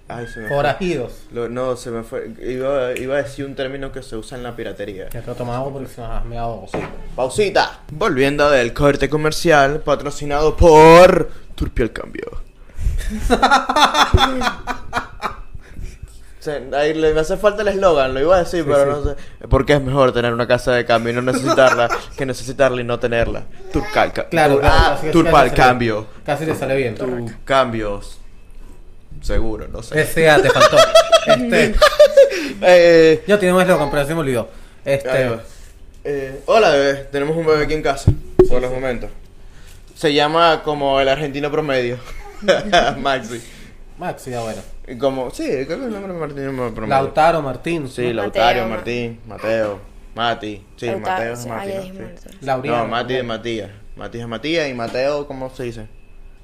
Speaker 3: Ay, se me fue.
Speaker 2: Forajidos.
Speaker 3: Lo- no, se me fue. Iba, iba a decir un término que se usa en la piratería.
Speaker 2: Ya te lo tomaba porque si no, ah, me ahogo.
Speaker 3: Pausita. Volviendo del corte comercial, patrocinado por Turpio al Cambio. Sí, ahí le- me hace falta el eslogan, lo iba a decir, pero no sé. Porque es mejor tener una casa de cambio y no necesitarla que necesitarla y no tenerla. Turpal,
Speaker 2: Claro, claro, casi-
Speaker 3: Turpa
Speaker 2: casi
Speaker 3: al
Speaker 2: te sale-
Speaker 3: cambio.
Speaker 2: Casi te sale bien.
Speaker 3: Tur- cambios. Seguro, no sé.
Speaker 2: S.A. ah, te faltó. Este,
Speaker 3: Eh,
Speaker 2: yo tenía un eslogan, pero se me olvidó.
Speaker 3: Ahí
Speaker 2: Este,
Speaker 3: va. Eh, hola bebé, tenemos un bebé aquí en casa, por los momentos. Se llama como el argentino promedio, Maxi.
Speaker 2: Maxi, ya bueno.
Speaker 3: Y como, sí, creo que es el nombre argentino promedio.
Speaker 2: Lautaro Martín.
Speaker 3: Sí,
Speaker 4: Mateo,
Speaker 3: Lautario,
Speaker 4: Ma-
Speaker 3: Martín, Mateo, Mati. Sí,
Speaker 4: Lautaro,
Speaker 3: Mateo es
Speaker 4: sí,
Speaker 3: Mati.
Speaker 4: ah, ya
Speaker 3: ¿no?
Speaker 4: dije
Speaker 3: Sí.
Speaker 4: Mateo.
Speaker 2: Lauriano.
Speaker 3: No, Mati es Matías. Matías es Matías y Mateo, ¿cómo se dice?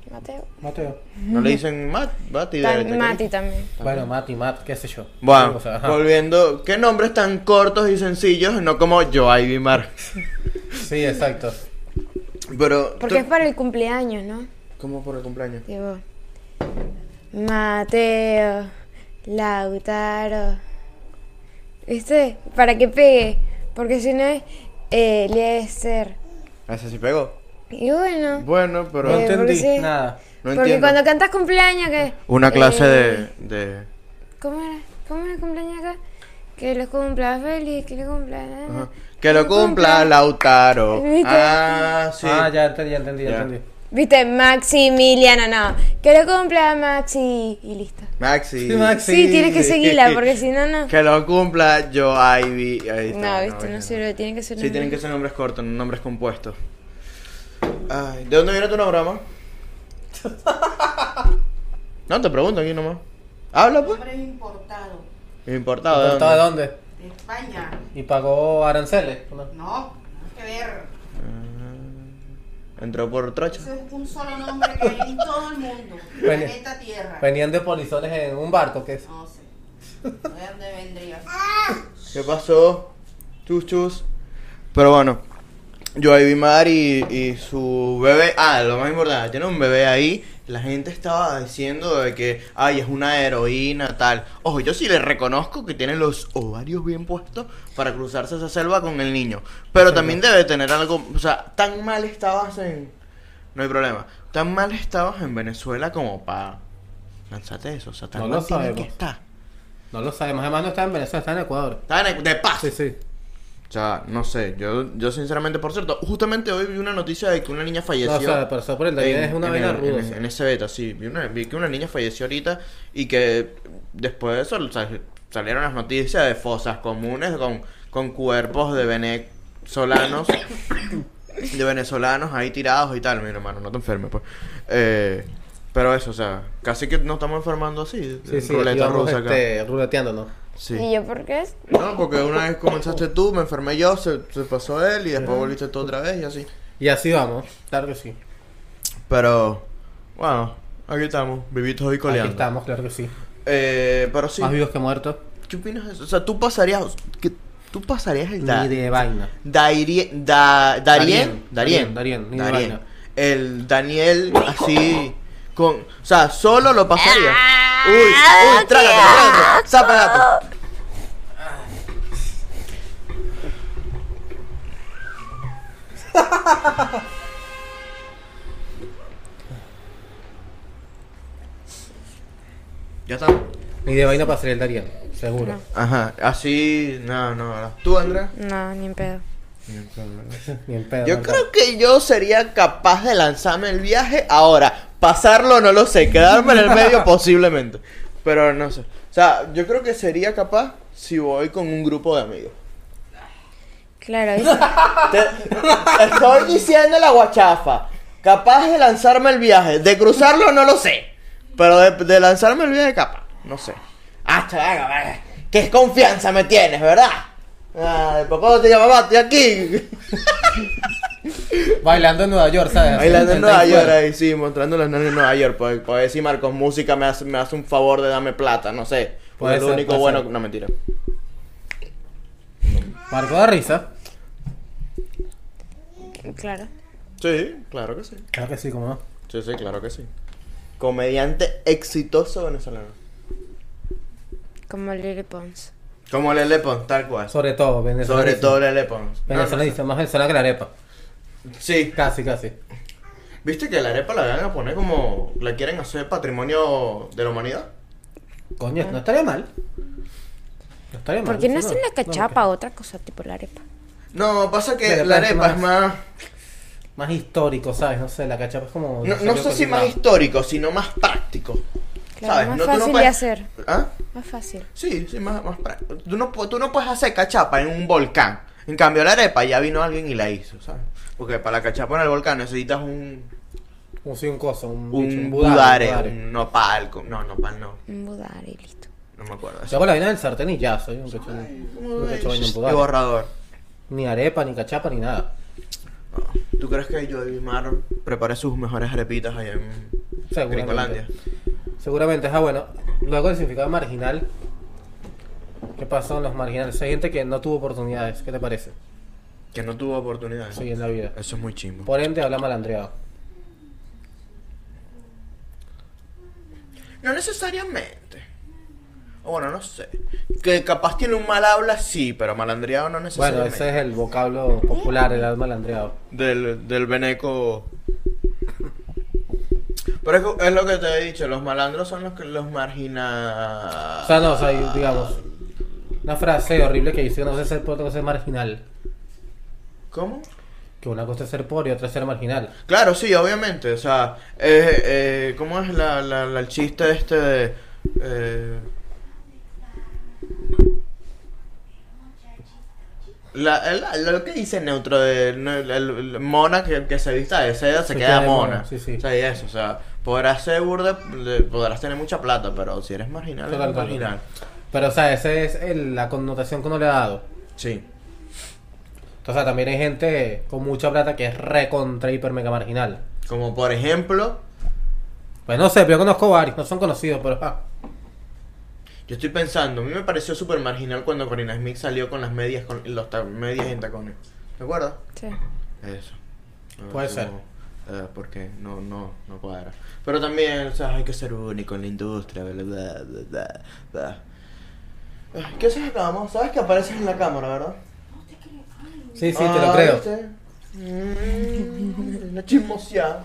Speaker 4: Mateo.
Speaker 2: Mateo.
Speaker 3: No le dicen Mat, Mati.
Speaker 4: Tan-
Speaker 3: de- de-
Speaker 4: Mati también.
Speaker 2: Bueno, Mati, Mat, qué sé yo.
Speaker 3: Bueno,
Speaker 2: O sea, ajá.
Speaker 3: volviendo, ¿qué nombres tan cortos y sencillos? No como yo, Ivy Mar.
Speaker 2: Sí, exacto.
Speaker 3: Pero,
Speaker 4: Porque es para el cumpleaños, ¿no?
Speaker 3: ¿cómo por el cumpleaños?
Speaker 4: Tipo, Mateo, Lautaro. ¿Viste? Para que pegue. Porque si no es eh, Eliezer.
Speaker 3: Ese sí pegó.
Speaker 4: Y bueno.
Speaker 3: Bueno, pero
Speaker 2: No
Speaker 4: Eh,
Speaker 2: entendí
Speaker 4: porque sí.
Speaker 2: nada.
Speaker 3: no
Speaker 4: porque
Speaker 3: entiendo.
Speaker 4: cuando cantas cumpleaños que...
Speaker 3: Una clase
Speaker 4: eh,
Speaker 3: de, de-
Speaker 4: ¿Cómo era? ¿Cómo era el cumpleaños acá? Que los cumpla feliz, que lo cumpla... na, na.
Speaker 3: Ajá. Que lo cumpla Lautaro.
Speaker 4: ¿Viste?
Speaker 3: Ah, sí.
Speaker 2: Ah, ya entendí, ya entendí, ya
Speaker 3: Ya.
Speaker 2: entendí.
Speaker 4: ¿Viste? Maximiliano, no. Que lo cumpla Maxi y listo.
Speaker 3: Maxi.
Speaker 2: Sí, Maxi.
Speaker 4: Sí, tienes que seguirla porque si no, no.
Speaker 3: Que lo cumpla yo, Ivy. Ahí está,
Speaker 4: No, viste, no
Speaker 3: viste,
Speaker 4: sirve, tiene que ser...
Speaker 3: Sí,
Speaker 4: un-
Speaker 3: tienen que ser nombres cortos, no nombres compuestos. Ay, ¿de dónde viene tu nombre, mamá? No, te pregunto aquí nomás. Habla, pues.
Speaker 1: nombre es importado.
Speaker 3: Importado, Ah, ¿de
Speaker 2: ¿Importaba de
Speaker 3: dónde?
Speaker 2: dónde?
Speaker 1: De España.
Speaker 2: Y pagó aranceles. ¿no?
Speaker 1: No, nada que ver.
Speaker 3: Ah, Entró por trocha.
Speaker 1: Eso es un solo nombre que hay en todo el mundo.
Speaker 2: Vene-
Speaker 1: Planeta Tierra.
Speaker 2: Venían de polizones en un barco, que es.
Speaker 1: No sé. ¿De dónde vendría?
Speaker 3: ¿Qué pasó? Chus, chus. Pero bueno, yo ahí vi Mar y, y su bebé. Ah, lo más importante, tiene un bebé ahí. La gente estaba diciendo de que, ay, es una heroína, tal. Ojo, yo sí le reconozco que tiene los ovarios bien puestos para cruzarse esa selva con el niño. Pero también debe tener algo. O sea, tan mal estabas en. No hay problema. Tan mal estabas en Venezuela como para. Lanzate eso. O sea, tan
Speaker 2: No lo
Speaker 3: mal tiene que
Speaker 2: sabemos.
Speaker 3: estar.
Speaker 2: No lo sabemos. Además, no está en Venezuela, está en Ecuador.
Speaker 3: Está en- de paz.
Speaker 2: Sí, sí.
Speaker 3: O sea, no sé, yo, yo sinceramente, por cierto, justamente hoy vi una noticia de que una niña falleció.
Speaker 2: No, o sea, pero eso por el Daniel es una vaina
Speaker 3: el-
Speaker 2: ruda,
Speaker 3: en-
Speaker 2: o sea.
Speaker 3: en ese beta, sí. Vi, una- vi que una niña falleció ahorita y que después de eso o sea, salieron las noticias de fosas comunes con, con cuerpos de venezolanos. de venezolanos ahí tirados y tal, mi hermano, no te enfermes, pues. Eh, pero eso, o sea, casi que nos estamos enfermando así.
Speaker 2: Sí, sí.
Speaker 3: ruleta
Speaker 2: íbamos,
Speaker 3: rusa acá.
Speaker 2: este, ruleteando, ¿no?
Speaker 3: Sí.
Speaker 4: ¿Y yo por qué?
Speaker 3: No, porque una vez comenzaste tú, me enfermé yo, se, se pasó él y después volviste tú otra vez y así.
Speaker 2: Y así vamos. Claro que sí.
Speaker 3: Pero, bueno, aquí estamos, vivitos hoy coleando.
Speaker 2: Aquí estamos, claro que sí.
Speaker 3: Eh, pero sí,
Speaker 2: Más vivos que muertos.
Speaker 3: ¿qué opinas de eso? O sea, tú pasarías, que, tú pasarías el da,
Speaker 2: Ni de vaina.
Speaker 3: Dairie- da, Darien,
Speaker 2: Darien,
Speaker 3: Darien,
Speaker 2: Darien, ni de vaina.
Speaker 3: el Daniel así, con, o sea, solo lo pasaría.
Speaker 4: Ah,
Speaker 3: Uy, uy,
Speaker 4: qué
Speaker 3: trágate, trágate, zapa, gato. Ya está.
Speaker 2: Ni de vaina pasaría el Darien, seguro.
Speaker 3: Ajá, así, no, no, no. ¿Tú, Andrea?
Speaker 4: No, ni en pedo.
Speaker 2: Ni en pedo.
Speaker 3: Yo
Speaker 2: ¿no?
Speaker 3: creo que yo sería capaz de lanzarme el viaje ahora. Pasarlo no lo sé, quedarme en el medio posiblemente. Pero no sé. O sea, yo creo que sería capaz si voy con un grupo de amigos.
Speaker 4: Claro, ¿viste?
Speaker 3: Te- estoy diciendo la guachafa. Capaz de lanzarme el viaje. De cruzarlo no lo sé. Pero de, de lanzarme el viaje capaz. No sé. Ah, chaval, vale. qué confianza me tienes, ¿verdad? Ah, papá te llama, mamá, estoy aquí.
Speaker 2: Bailando en Nueva York, ¿sabes?
Speaker 3: Bailando en
Speaker 2: Así,
Speaker 3: Nueva York,
Speaker 2: fuera.
Speaker 3: ahí sí, mostrando las nalgas en Nueva York. Pues, pues decir, Marcos, música me hace, me hace un favor de darme plata, no sé.
Speaker 2: Puede
Speaker 3: Pues es lo
Speaker 2: ser,
Speaker 3: único
Speaker 2: puede
Speaker 3: bueno.
Speaker 2: ser.
Speaker 3: No, mentira.
Speaker 2: Marco da risa.
Speaker 4: Claro.
Speaker 3: Sí, claro que sí.
Speaker 2: Claro que sí, como no.
Speaker 3: Sí, sí, claro que sí. Comediante exitoso venezolano.
Speaker 4: Como Lily Pons.
Speaker 3: Como Lele Pons, tal cual.
Speaker 2: Sobre todo, Venezuela.
Speaker 3: Sobre todo Lele Pons. No,
Speaker 2: Venezuela
Speaker 3: no
Speaker 2: dice más venezolana que la arepa.
Speaker 3: sé. Sí.
Speaker 2: Casi, casi.
Speaker 3: ¿Viste que la arepa la van a poner como... La quieren hacer patrimonio de la humanidad?
Speaker 2: Coño, no estaría mal. No estaría mal.
Speaker 4: ¿Por qué no
Speaker 2: sí,
Speaker 4: hacen la cachapa
Speaker 2: no,
Speaker 4: o otra cosa tipo la arepa?
Speaker 3: No, pasa que
Speaker 2: Pero
Speaker 3: la
Speaker 2: parece
Speaker 3: arepa
Speaker 2: más-
Speaker 3: es más...
Speaker 2: que- Más histórico, ¿sabes? No sé, la cachapa es como.
Speaker 3: No, no sé si más
Speaker 2: histórico.
Speaker 3: histórico, sino más práctico.
Speaker 4: Claro,
Speaker 3: ¿Sabes?
Speaker 4: más
Speaker 3: No, tú no
Speaker 4: fácil de
Speaker 3: puedes-
Speaker 4: hacer.
Speaker 3: ¿Ah?
Speaker 4: Más fácil.
Speaker 3: Sí, sí, más, más práctico. Tú no, pu- tú no puedes hacer cachapa en un volcán. En cambio, la arepa ya vino alguien y la hizo, ¿sabes? Porque para la cachapa en el volcán necesitas un...
Speaker 2: Un, sí, un coso, un,
Speaker 3: Un,
Speaker 2: bicho, un budare,
Speaker 3: budare,
Speaker 2: un budare.
Speaker 3: un nopal. con- No, nopal no.
Speaker 4: Un budar y listo.
Speaker 3: No me acuerdo.
Speaker 2: Yo hago la vaina del sartén y ya, soy un cachorro. Un cachorro en un
Speaker 3: Y
Speaker 2: budare.
Speaker 3: borrador.
Speaker 2: Ni arepa, ni cachapa, ni nada.
Speaker 3: ¿Tú crees que Joey Mar prepare sus mejores arepitas allá en
Speaker 2: Seguramente.
Speaker 3: Gringolandia?
Speaker 2: Seguramente, ah, bueno. Luego el significado marginal. ¿Qué pasó en los marginales? Hay gente que no tuvo oportunidades. ¿Qué te parece?
Speaker 3: Que no tuvo oportunidades.
Speaker 2: Sí, en la vida.
Speaker 3: Eso es muy chimbo.
Speaker 2: Por ende, habla malandreado. Pues-
Speaker 3: No necesariamente. O bueno, no sé. Que capaz tiene un mal habla, sí, pero malandreado no
Speaker 2: Bueno,
Speaker 3: necesariamente.
Speaker 2: ese es el vocablo popular, el alma malandreado.
Speaker 3: Del, del veneco. Pero es, que- es lo que te he dicho, los malandros son los que los margina...
Speaker 2: O sea, no, o sea, digamos, una frase horrible que dice una cosa es ser pobre, otra cosa es marginal.
Speaker 3: ¿Cómo?
Speaker 2: Que una cosa es ser pobre y otra es ser marginal.
Speaker 3: Claro, sí, obviamente. O sea, eh, eh, ¿cómo es la, la- la- el chiste este de... eh, la- el- la- lo que dice neutro de no, el, el- el mona que, que se vista de seda se
Speaker 2: Se queda
Speaker 3: queda mona.
Speaker 2: mona, sí, sí.
Speaker 3: O sea, y eso, o sea, podrás ser burda, le- podrás tener mucha plata, pero si eres marginal, eres
Speaker 2: Total, total.
Speaker 3: marginal.
Speaker 2: Pero, o sea, esa es el- la connotación que uno le ha dado.
Speaker 3: Sí.
Speaker 2: O sea, también hay gente con mucha plata que es recontra hiper mega marginal.
Speaker 3: Como por ejemplo,
Speaker 2: Pues no sé, pero yo conozco varios, no son conocidos, pero ah,
Speaker 3: yo estoy pensando, a mí me pareció súper marginal cuando Corina Smith salió con las medias, con los ta- medias en tacones. ¿Te acuerdas?
Speaker 4: Sí.
Speaker 3: Eso. No,
Speaker 2: Puede
Speaker 3: eso
Speaker 2: ser.
Speaker 3: no, eh, porque no, no, no cuadra. Pero también, o sea, hay que ser único en la industria, bla, bla, bla, bla, bla. Ay, ¿Qué haces acá, amor? ¿Sabes que apareces en la cámara, verdad?
Speaker 2: sí, sí, te lo creo.
Speaker 3: Una chismoseada.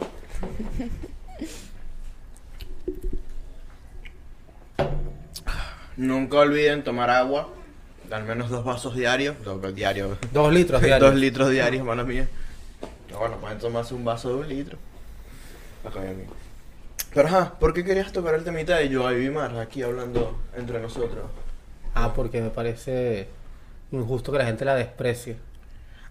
Speaker 3: Nunca olviden tomar agua, al menos dos vasos diarios, dos diarios,
Speaker 2: Dos litros diarios.
Speaker 3: Dos litros diarios, mala mía. No, bueno, pueden tomarse un vaso de un litro. Ok, amigo. Pero ajá, ¿por qué querías tocar el temita de yo y Mar aquí hablando entre nosotros?
Speaker 2: Ah, porque me parece injusto que la gente la desprecie.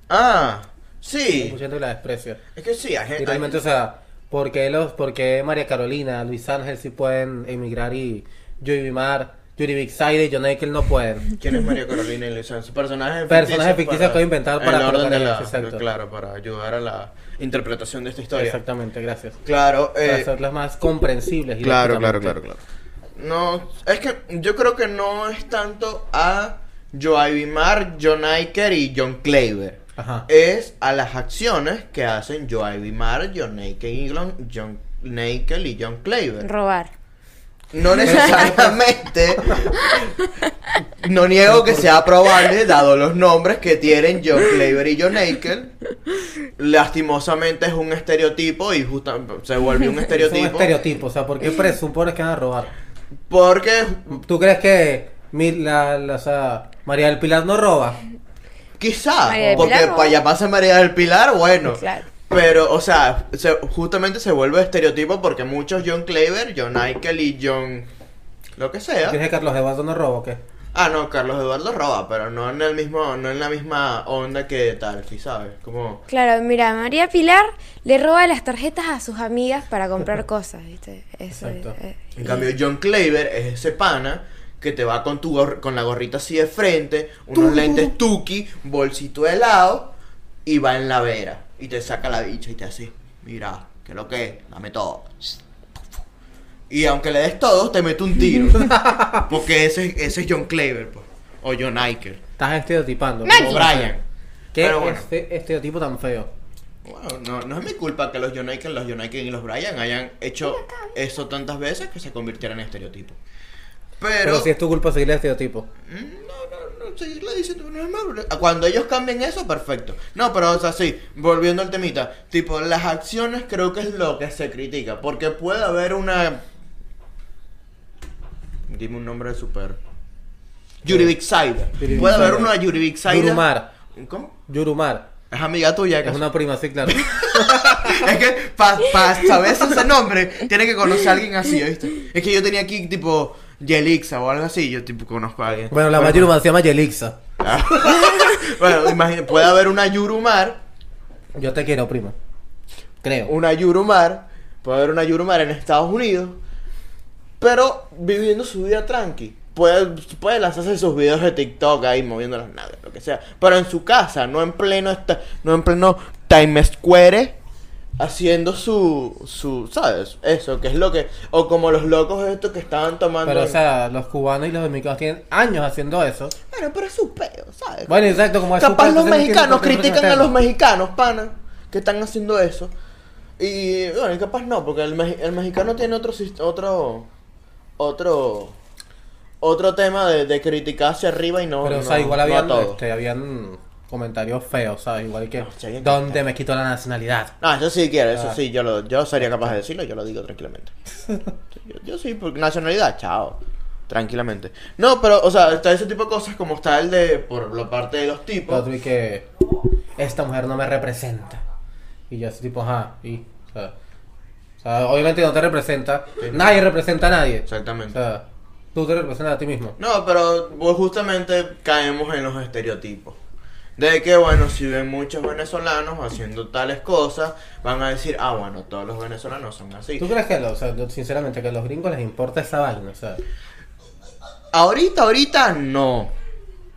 Speaker 3: Ah,
Speaker 2: Hay
Speaker 3: sí. Eh,
Speaker 2: Mucha gente que la desprecia.
Speaker 3: Es que sí, hay
Speaker 2: Y
Speaker 3: gente.
Speaker 2: realmente, o sea, ¿por qué, los, por qué María Carolina, Luis Ángel sí pueden emigrar y Yuri Bimar, Yuri Bixide y John Akel no pueden?
Speaker 3: ¿Quién es María Carolina y Luis Ángel? Personajes
Speaker 2: Personajes ficticios
Speaker 3: para-
Speaker 2: que voy a inventar
Speaker 3: en
Speaker 2: para
Speaker 3: el orden
Speaker 2: colocar
Speaker 3: de
Speaker 2: en
Speaker 3: la-
Speaker 2: ese sector.
Speaker 3: Claro, para ayudar a la interpretación de esta historia.
Speaker 2: Exactamente, gracias.
Speaker 3: Claro,
Speaker 2: Para
Speaker 3: eh,
Speaker 2: hacerlas más comprensibles.
Speaker 3: Claro, claro,
Speaker 2: didácticamente.
Speaker 3: claro, claro. No, es que yo creo que no es tanto a Joe Bimar, John Iker y John Claver.
Speaker 2: Ajá.
Speaker 3: Es a las acciones que hacen Joe Bimar, John Iker y Glon- John Nakel y John Claver.
Speaker 4: Robar.
Speaker 3: No necesariamente. no niego que sea probable, dado los nombres que tienen John Claver y John Nakel. Lastimosamente es un estereotipo y justa- se vuelve un
Speaker 2: Es un
Speaker 3: estereotipo.
Speaker 2: estereotipo, o sea, ¿por qué presupones que van a robar?
Speaker 3: Porque
Speaker 2: ¿Tú crees que mi- la, la- o sea, María del Pilar no roba?
Speaker 3: Quizá,
Speaker 4: María del
Speaker 3: porque
Speaker 4: Pilar, ¿no?
Speaker 3: para llamarse María del Pilar, bueno.
Speaker 4: Claro.
Speaker 3: Pero, o sea, se- justamente se vuelve estereotipo porque muchos John Claver, John Michael y John. lo que sea.
Speaker 2: ¿Crees que Carlos Eduardo no roba o qué?
Speaker 3: Ah, no, Carlos Eduardo roba, pero no en el mismo, no en la misma onda que tal, si sabes, como.
Speaker 4: Claro, mira, María Pilar le roba las tarjetas a sus amigas para comprar cosas, ¿viste? Eso es-
Speaker 2: Exacto.
Speaker 4: eh,
Speaker 3: En
Speaker 4: y-
Speaker 3: cambio, John Claver es ese pana que te va con tu gor- con la gorrita así de frente, unos lentes tuki, bolsito de helado y va en la vera y te saca la bicha y te hace, mira, que lo que es, dame todo. Y aunque le des todo, te mete un tiro. Porque ese, ese es John Claver, pues. O John Iker.
Speaker 2: Estás estereotipando.
Speaker 4: Maggie.
Speaker 2: ¿no?
Speaker 3: Brian.
Speaker 2: Qué
Speaker 3: Pero bueno.
Speaker 2: este- estereotipo tan feo.
Speaker 3: Wow, no, no es mi culpa que los Jonaiken, los Jonaiken y los Brian hayan hecho eso tantas veces que se convirtieran en estereotipo.
Speaker 2: Pero,
Speaker 3: Pero,
Speaker 2: si es tu culpa seguir el estereotipo.
Speaker 3: Mm, no, no, no, seguirle diciendo no es malo. Cuando ellos cambien eso, perfecto. No, pero o sea, sí, volviendo al temita, tipo, las acciones creo que es lo que se critica, porque puede haber una... Dime un nombre de super... Yuri Bixaida.
Speaker 2: Yuri
Speaker 3: Puede haber
Speaker 2: Bixaida.
Speaker 3: una Yuri Bixaida.
Speaker 2: Yurumar.
Speaker 3: ¿Cómo?
Speaker 2: Yurumar.
Speaker 3: Es amiga tuya,
Speaker 2: Es
Speaker 3: ¿acaso?
Speaker 2: una prima, sí, claro.
Speaker 3: Es que para saber ese nombre, tiene que conocer a alguien así, ¿viste? Es que yo tenía aquí tipo Yelixa o algo así, yo tipo conozco a alguien.
Speaker 2: Bueno, la más Yurumar se llama Yelixa.
Speaker 3: Ah. bueno, imagina, puede haber una Yurumar,
Speaker 2: Yo te quiero, prima. Creo.
Speaker 3: una Yurumar, puede haber una Yurumar en Estados Unidos, pero viviendo su vida tranqui. Puede, puede lanzarse sus videos de TikTok ahí moviendo las nalgas, lo que sea. Pero en su casa, no en pleno esta- no en pleno Times Square haciendo su su, ¿sabes? Eso, que es lo que o como los locos estos que estaban tomando
Speaker 2: Pero, o
Speaker 3: en-
Speaker 2: sea, los cubanos y los dominicanos tienen años haciendo eso.
Speaker 3: Bueno, pero es su peo, ¿sabes?
Speaker 2: Bueno, exacto, como es su
Speaker 3: Capaz
Speaker 2: país,
Speaker 3: los
Speaker 2: entonces no tiene
Speaker 3: mexicanos
Speaker 2: por qué
Speaker 3: critican a
Speaker 2: hacerlo.
Speaker 3: los mexicanos, pana, que están haciendo eso. Y bueno, y capaz no, porque el, mexi- el mexicano tiene otro sist- otro otro otro tema de, de criticar hacia arriba y no
Speaker 2: Pero, o
Speaker 3: no-
Speaker 2: sea, igual
Speaker 3: no a
Speaker 2: habían,
Speaker 3: todo.
Speaker 2: este, habían comentarios feos, ¿sabes? Igual que,
Speaker 3: No, sí, habían
Speaker 2: ¿dónde me quito la nacionalidad?
Speaker 3: Ah, yo sí quiero, eso
Speaker 2: Ah.
Speaker 3: sí, yo lo, yo sería capaz de decirlo, yo lo digo tranquilamente. yo, yo sí, por nacionalidad, chao. Tranquilamente. No, pero, o sea, está ese tipo de cosas como está el de, por la parte de los
Speaker 2: Lo
Speaker 3: tipos.
Speaker 2: otro y que, esta mujer no me representa. Y yo así tipo, ajá, y, o sea, o sea, obviamente no te representa, nadie representa a nadie. O
Speaker 3: Exactamente.
Speaker 2: sea, tú te representas a ti mismo.
Speaker 3: No, pero pues, justamente caemos en los estereotipos. De que, bueno, si ven muchos venezolanos haciendo tales cosas, van a decir, ah, bueno, todos los venezolanos son así.
Speaker 2: ¿Tú crees que, los, o sea, yo, sinceramente, que a los gringos les importa esa vaina? O sea, o
Speaker 3: Ahorita, ahorita no.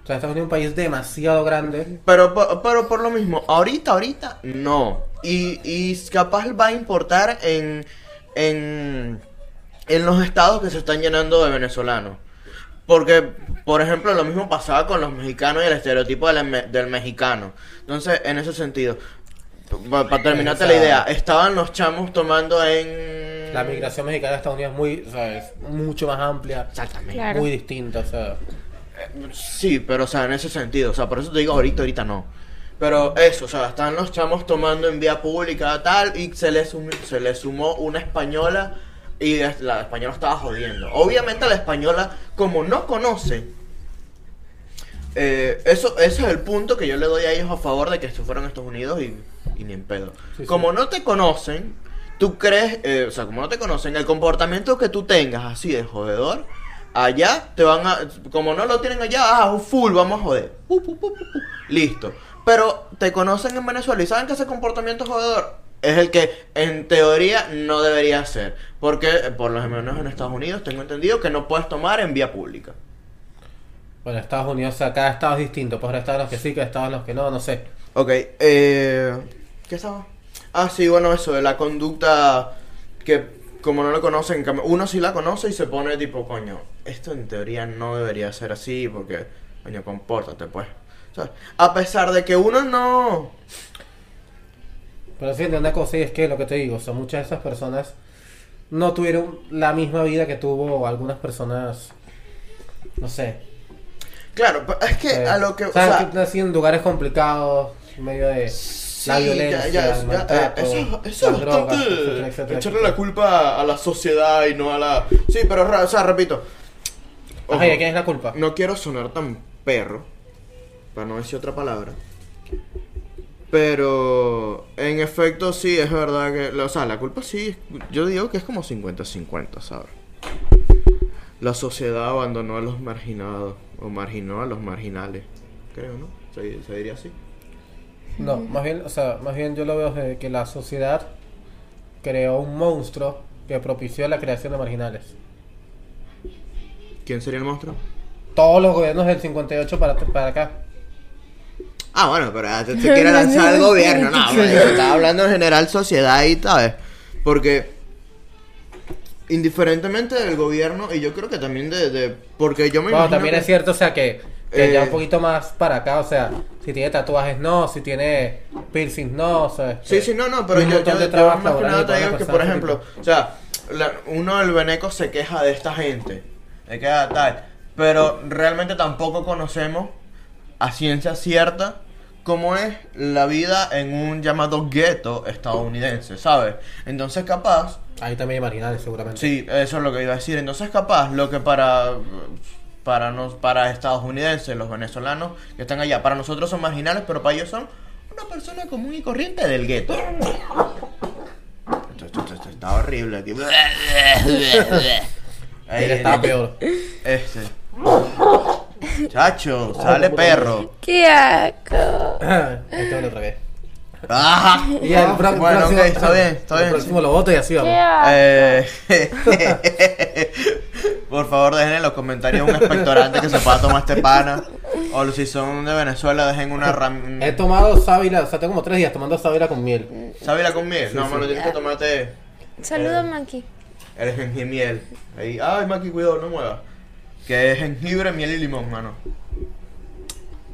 Speaker 2: sea Estados Unidos es un país demasiado grande.
Speaker 3: Pero, po- pero por lo mismo, ahorita, ahorita no. Y, y capaz va a importar en, en, en los estados que se están llenando de venezolanos. Porque, por ejemplo, lo mismo pasaba con los mexicanos y el estereotipo del, me- del mexicano. Entonces, en ese sentido, para terminarte la idea, estaban los chamos tomando en...
Speaker 2: La migración mexicana a Estados Unidos es muy, o sea, es mucho más amplia,
Speaker 3: Exactamente.
Speaker 4: Claro.
Speaker 2: muy distinta, o sea.
Speaker 3: Sí, pero o sea, en ese sentido, o sea, por eso te digo ahorita, ahorita no. Pero eso, o sea, están los chamos tomando en vía pública tal y se le sum- se le sumó una española y es- la española estaba jodiendo. Obviamente la española como no conoce eh, eso ese es el punto que yo le doy a ellos a favor de que se fueron a Estados Unidos y, y ni en pedo.
Speaker 2: Sí, sí.
Speaker 3: como no te conocen, tú crees, eh, o sea, como no te conocen, el comportamiento que tú tengas así de jodedor, allá te van a, como no lo tienen allá, ah, full, vamos a joder. Uh, Pu, pu, pu, pu, pu. Listo. Pero te conocen en Venezuela y saben que ese comportamiento jodedor es el que en teoría no debería ser. Porque eh, por lo menos en Estados Unidos tengo entendido que no puedes tomar en vía pública.
Speaker 2: Bueno, Estados Unidos, o sea, cada estado es distinto. Pues habrá estados en los que sí, que estados en los que no, no sé.
Speaker 3: Ok, eh, ¿qué estaba? Ah, sí, bueno, eso de la conducta que como no lo conocen, cam- uno sí la conoce y se pone tipo, coño, esto en teoría no debería ser así porque, coño, compórtate pues. O sea, a pesar de que uno no...
Speaker 2: Pero sí, una cosa y es que lo que te digo, o sea, muchas de esas personas no tuvieron la misma vida que tuvo algunas personas, no sé.
Speaker 3: Claro, pero es que
Speaker 2: eh,
Speaker 3: a lo que... O
Speaker 2: ¿sabes?
Speaker 3: sea,
Speaker 2: que nací en lugares complicados, en medio de
Speaker 3: sí,
Speaker 2: la
Speaker 3: ya-
Speaker 2: violencia,
Speaker 3: ya,
Speaker 2: el
Speaker 3: ya,
Speaker 2: maltrato,
Speaker 3: eh, eso, eso
Speaker 2: las
Speaker 3: es
Speaker 2: drogas,
Speaker 3: bastante...
Speaker 2: etcétera, etcétera,
Speaker 3: echarle
Speaker 2: etcétera.
Speaker 3: la culpa a la sociedad y no a la... Sí, pero, ra- o sea, repito.
Speaker 2: Ajá, ¿y
Speaker 3: Ojo.
Speaker 2: ¿a quién es la culpa?
Speaker 3: No quiero sonar tan perro, para no decir otra palabra. Pero en efecto sí, es verdad que... O sea, la culpa sí, yo digo que es como 50-50, ¿sabes? La sociedad abandonó a los marginados, o marginó a los marginales, creo, ¿no? Se, se diría así.
Speaker 2: No, más bien, o sea, más bien yo lo veo desde que la sociedad creó un monstruo que propició la creación de marginales.
Speaker 3: ¿Quién sería el monstruo?
Speaker 2: Todos los gobiernos del 58 para, para acá.
Speaker 3: Ah, bueno, pero ah, se, se quiere lanzar al gobierno, no, bueno, yo estaba hablando en general sociedad y sabes, porque indiferentemente del gobierno y yo creo que también de, de- porque yo me
Speaker 2: Bueno,
Speaker 3: imagino
Speaker 2: también
Speaker 3: que-
Speaker 2: es cierto, o sea, que Que ya
Speaker 3: Eh,
Speaker 2: un poquito más para acá, o sea, si tiene tatuajes no, si tiene piercings no, ¿sabes?
Speaker 3: Sí, sí, no, no, pero
Speaker 2: Un
Speaker 3: yo,
Speaker 2: montón
Speaker 3: yo,
Speaker 2: de
Speaker 3: yo
Speaker 2: trabas
Speaker 3: más que
Speaker 2: laborales
Speaker 3: nada
Speaker 2: y
Speaker 3: te digo
Speaker 2: todas
Speaker 3: que,
Speaker 2: las
Speaker 3: por
Speaker 2: cosas,
Speaker 3: ejemplo, o sea, la- uno del Beneco se queja de esta gente, se queja de tal, pero realmente tampoco conocemos a ciencia cierta cómo es la vida en un llamado gueto estadounidense, ¿sabes? Entonces, capaz,
Speaker 2: Ahí también hay marginales, seguramente.
Speaker 3: Sí, eso es lo que iba a decir. Entonces, capaz, lo que para para nos, para estadounidenses, los venezolanos que están allá, para nosotros son marginales, pero para ellos son una persona común y corriente del gueto. Esto, esto- esto está horrible aquí. Ahí
Speaker 2: Él estaba peor.
Speaker 3: Este. Chacho, sale perro.
Speaker 4: ¡Qué asco!
Speaker 2: Este me lo tragué.
Speaker 3: Ah,
Speaker 2: Y el pro-
Speaker 3: bueno, ok,
Speaker 2: próximo-
Speaker 3: está bien, está
Speaker 2: El
Speaker 3: bien.
Speaker 2: próximo lo voto y así
Speaker 4: ¡Qué
Speaker 2: vamos.
Speaker 4: asco!
Speaker 3: Eh, por favor, dejen en los comentarios un expectorante que se pueda tomar este pana. O si son de Venezuela, dejen una ram...
Speaker 2: He tomado sábila, o sea, tengo como tres días tomando sábila con miel.
Speaker 3: sábila con miel. no, mano, tienes que tomarte
Speaker 4: Saludos, Maki.
Speaker 3: el jengibre Ahí. Ay, Maki, cuidado, no muevas. Que es jengibre, miel y limón, mano.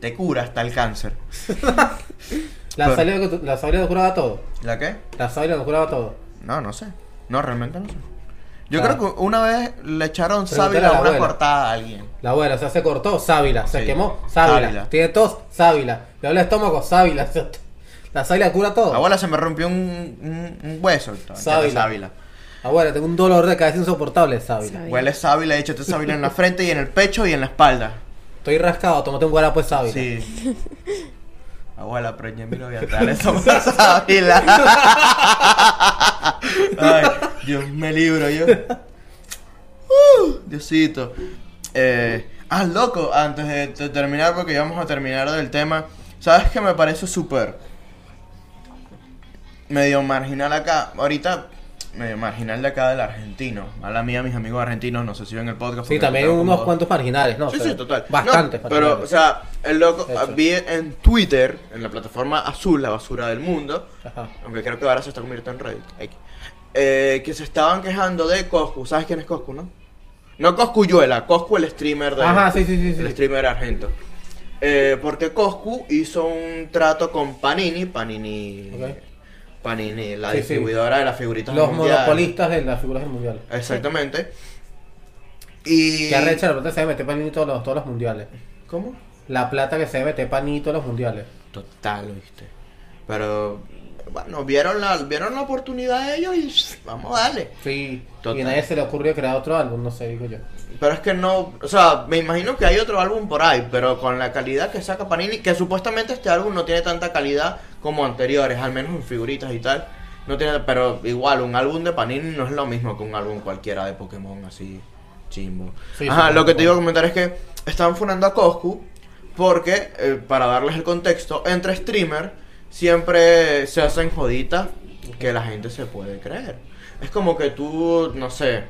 Speaker 3: Te cura hasta el cáncer.
Speaker 2: La
Speaker 3: Pero-
Speaker 2: sábila, la sábila nos curaba todo.
Speaker 3: ¿La qué?
Speaker 2: La sábila nos curaba todo.
Speaker 3: No, no sé. No, realmente no sé. Yo
Speaker 2: Claro.
Speaker 3: creo que una vez le echaron
Speaker 2: Ah. Pregúntale
Speaker 3: sábila
Speaker 2: a la
Speaker 3: a una
Speaker 2: abuela.
Speaker 3: cortada a alguien.
Speaker 2: La abuela, o sea, se cortó, sábila. Se
Speaker 3: Sí.
Speaker 2: quemó, sábila.
Speaker 3: Sábila.
Speaker 2: Tiene tos, sábila. Le duele el estómago, sábila. La sábila cura todo.
Speaker 3: La abuela se me rompió un, un, un hueso. entonces,
Speaker 2: Sábila.
Speaker 3: sábila.
Speaker 2: Abuela, tengo un dolor de cabeza insoportable, sábila.
Speaker 4: Sábila.
Speaker 3: Huele sábila, échate sábila en la frente y en el pecho y en la espalda.
Speaker 2: Estoy rascado, tomate un guarapo de sábila.
Speaker 3: Sí. Abuela, pero ya miro voy a dar esa mala sábila. Ay, Dios me libro yo. Uh, Diosito. Eh, ah, loco, antes de, de terminar, porque ya vamos a terminar del tema. ¿Sabes qué me parece súper? Medio marginal acá. Ahorita, medio marginal de acá del argentino. A la mía, mis amigos argentinos, no sé si ven el podcast.
Speaker 2: Sí,
Speaker 3: porque
Speaker 2: también
Speaker 3: tengo
Speaker 2: unos
Speaker 3: como-
Speaker 2: cuantos marginales, ¿no?
Speaker 3: Sí,
Speaker 2: O sea,
Speaker 3: sí, total.
Speaker 2: Bastantes
Speaker 3: No, pero, o
Speaker 2: marginales.
Speaker 3: sea, el loco
Speaker 2: Eso.
Speaker 3: vi en Twitter, en la plataforma azul, la basura del mundo,
Speaker 2: Ajá.
Speaker 3: aunque creo que ahora se está convirtiendo en Reddit, X, eh, que se estaban quejando de Coscu. ¿Sabes quién es Coscu, no? No Coscuyuela, Coscu el streamer de...
Speaker 2: Ajá, sí, sí, sí, sí.
Speaker 3: El streamer argento. Eh, porque Coscu hizo un trato con Panini, Panini...
Speaker 2: Ok.
Speaker 3: Panini, la
Speaker 2: Sí, sí.
Speaker 3: distribuidora de las figuritas
Speaker 2: Los
Speaker 3: mundiales.
Speaker 2: monopolistas de las figuras del mundial.
Speaker 3: Exactamente. Y...
Speaker 2: Que arrecha la plata que se mete panito todos los, todos los mundiales.
Speaker 3: ¿Cómo?
Speaker 2: La plata que se mete panito todos los mundiales.
Speaker 3: Total, ¿viste? Pero bueno, vieron la, vieron la oportunidad de ellos y pss, vamos a darle.
Speaker 2: Sí.
Speaker 3: Total.
Speaker 2: Y a nadie se le ocurrió crear otro álbum, no sé, digo yo.
Speaker 3: Pero es que no, o sea, me imagino que hay otro álbum por ahí, pero con la calidad que saca Panini, que supuestamente este álbum no tiene tanta calidad como anteriores, al menos en figuritas y tal. No tiene, pero igual, un álbum de Panini no es lo mismo que un álbum cualquiera de Pokémon así chimbo.
Speaker 2: Sí,
Speaker 3: Ajá,
Speaker 2: sí,
Speaker 3: lo que
Speaker 2: sí.
Speaker 3: te iba a comentar es que estaban funando a Coscu porque, eh, para darles el contexto, entre streamer siempre se hacen joditas que la gente se puede creer. Es como que tú, no sé,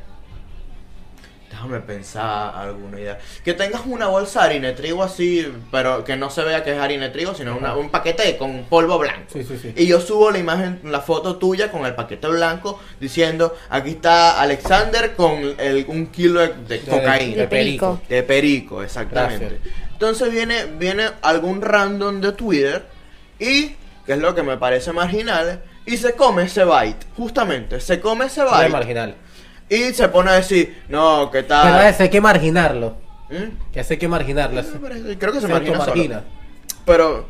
Speaker 3: déjame pensar alguna idea. Que tengas una bolsa de harina de trigo así, pero que no se vea que es harina de trigo, sino una- un paquete con polvo blanco.
Speaker 2: Sí, sí, sí.
Speaker 3: Y yo subo la imagen, la foto tuya con el paquete blanco diciendo, aquí está Alexander con el- un kilo de, de cocaína.
Speaker 4: de perico.
Speaker 3: De perico, exactamente.
Speaker 2: Gracias.
Speaker 3: Entonces viene, viene algún random de Twitter y, que es lo que me parece marginal, y se come ese byte, justamente, se come ese
Speaker 2: No es
Speaker 3: byte.
Speaker 2: marginal.
Speaker 3: Y se pone a decir, no, ¿qué
Speaker 2: Pero
Speaker 3: tal?
Speaker 2: ese hay que marginarlo.
Speaker 3: ¿Mm?
Speaker 2: Ese hay que marginarlo. ese-
Speaker 3: Creo que se
Speaker 2: se
Speaker 3: margina solo.
Speaker 2: automargina.
Speaker 3: Pero,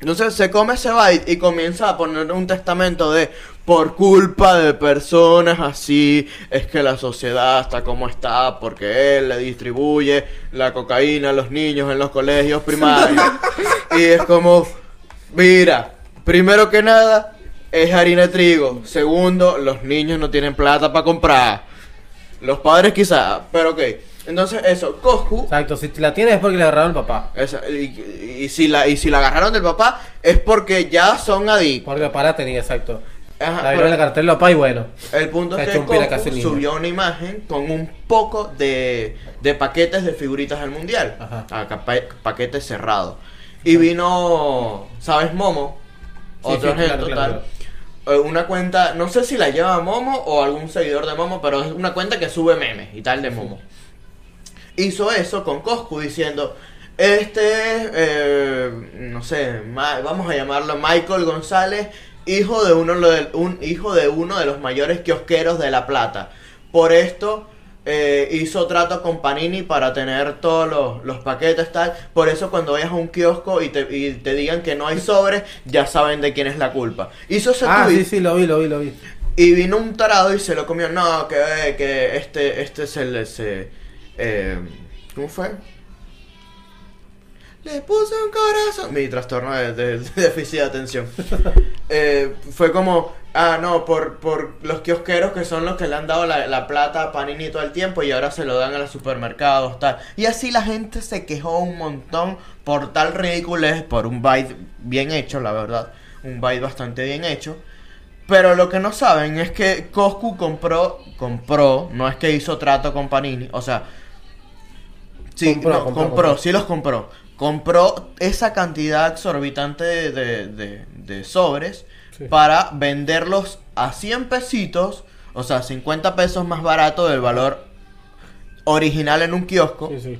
Speaker 3: entonces se come ese byte y comienza a poner un testamento de por culpa de personas así es que la sociedad está como está porque él le distribuye la cocaína a los niños en los colegios primarios. y es como, mira, primero que nada es harina de trigo. Segundo, los niños no tienen plata para comprar. Los padres quizás, pero ok. Entonces eso, Coscu...
Speaker 2: Exacto, si la tienes es porque le agarraron al papá.
Speaker 3: Esa- y, y si la, y si la agarraron del papá, es porque ya son adictos.
Speaker 2: Porque el papá la tenía, exacto.
Speaker 3: Ajá,
Speaker 2: la
Speaker 3: Ah, pero
Speaker 2: vieron en la cartera del papá y bueno.
Speaker 3: el punto
Speaker 2: Se
Speaker 3: es
Speaker 2: echó
Speaker 3: que
Speaker 2: un pira
Speaker 3: Coco
Speaker 2: casi niño.
Speaker 3: subió una imagen con un poco de, de paquetes de figuritas del mundial.
Speaker 2: Ajá.
Speaker 3: Acá, pa- paquetes cerrados. Y vino, ¿sabes? Momo.
Speaker 2: Sí,
Speaker 3: Otro
Speaker 2: sí,
Speaker 3: ejemplo,
Speaker 2: claro, claro,
Speaker 3: tal. Eh, Una cuenta, no sé si la lleva Momo o algún seguidor de Momo, pero es una cuenta que sube memes y tal de Momo. Hizo eso con Coscu diciendo, Este es, eh, no sé, Ma- vamos a llamarlo Michael González, hijo de uno, lo del- un, hijo de, uno de los mayores kiosqueros de La Plata. Por esto eh, hizo trato con Panini para tener todos los, los paquetes, tal. Por eso cuando vayas a un kiosco y te, y te digan que no hay sobres, ya saben de quién es la culpa. Hizo ese
Speaker 2: Ah,
Speaker 3: tuit.
Speaker 2: sí, sí, lo vi, lo vi, lo vi.
Speaker 3: Y vino un tarado y se lo comió. No, que, eh, que este, este se le se. eh, ¿Cómo fue? Le puse un corazón. Mi trastorno de, de- de déficit de atención. Eh, fue como, ah, no, por, por los kiosqueros que son los que le han dado la, la plata a Panini todo el tiempo y ahora se lo dan a los supermercados, tal. Y así la gente se quejó un montón por tal ridiculez, por un byte bien hecho, la verdad. Un byte bastante bien hecho. Pero lo que no saben es que Coscu compró, compró, no es que hizo trato con Panini, o sea, sí,
Speaker 2: Compró,
Speaker 3: no,
Speaker 2: compró,
Speaker 3: compró,
Speaker 2: compró.
Speaker 3: sí los compró. Compró esa cantidad exorbitante de, de- de- de sobres
Speaker 2: Sí.
Speaker 3: para venderlos a 100 pesitos, o sea, 50 pesos más barato del valor original en un kiosco,
Speaker 2: Sí, sí.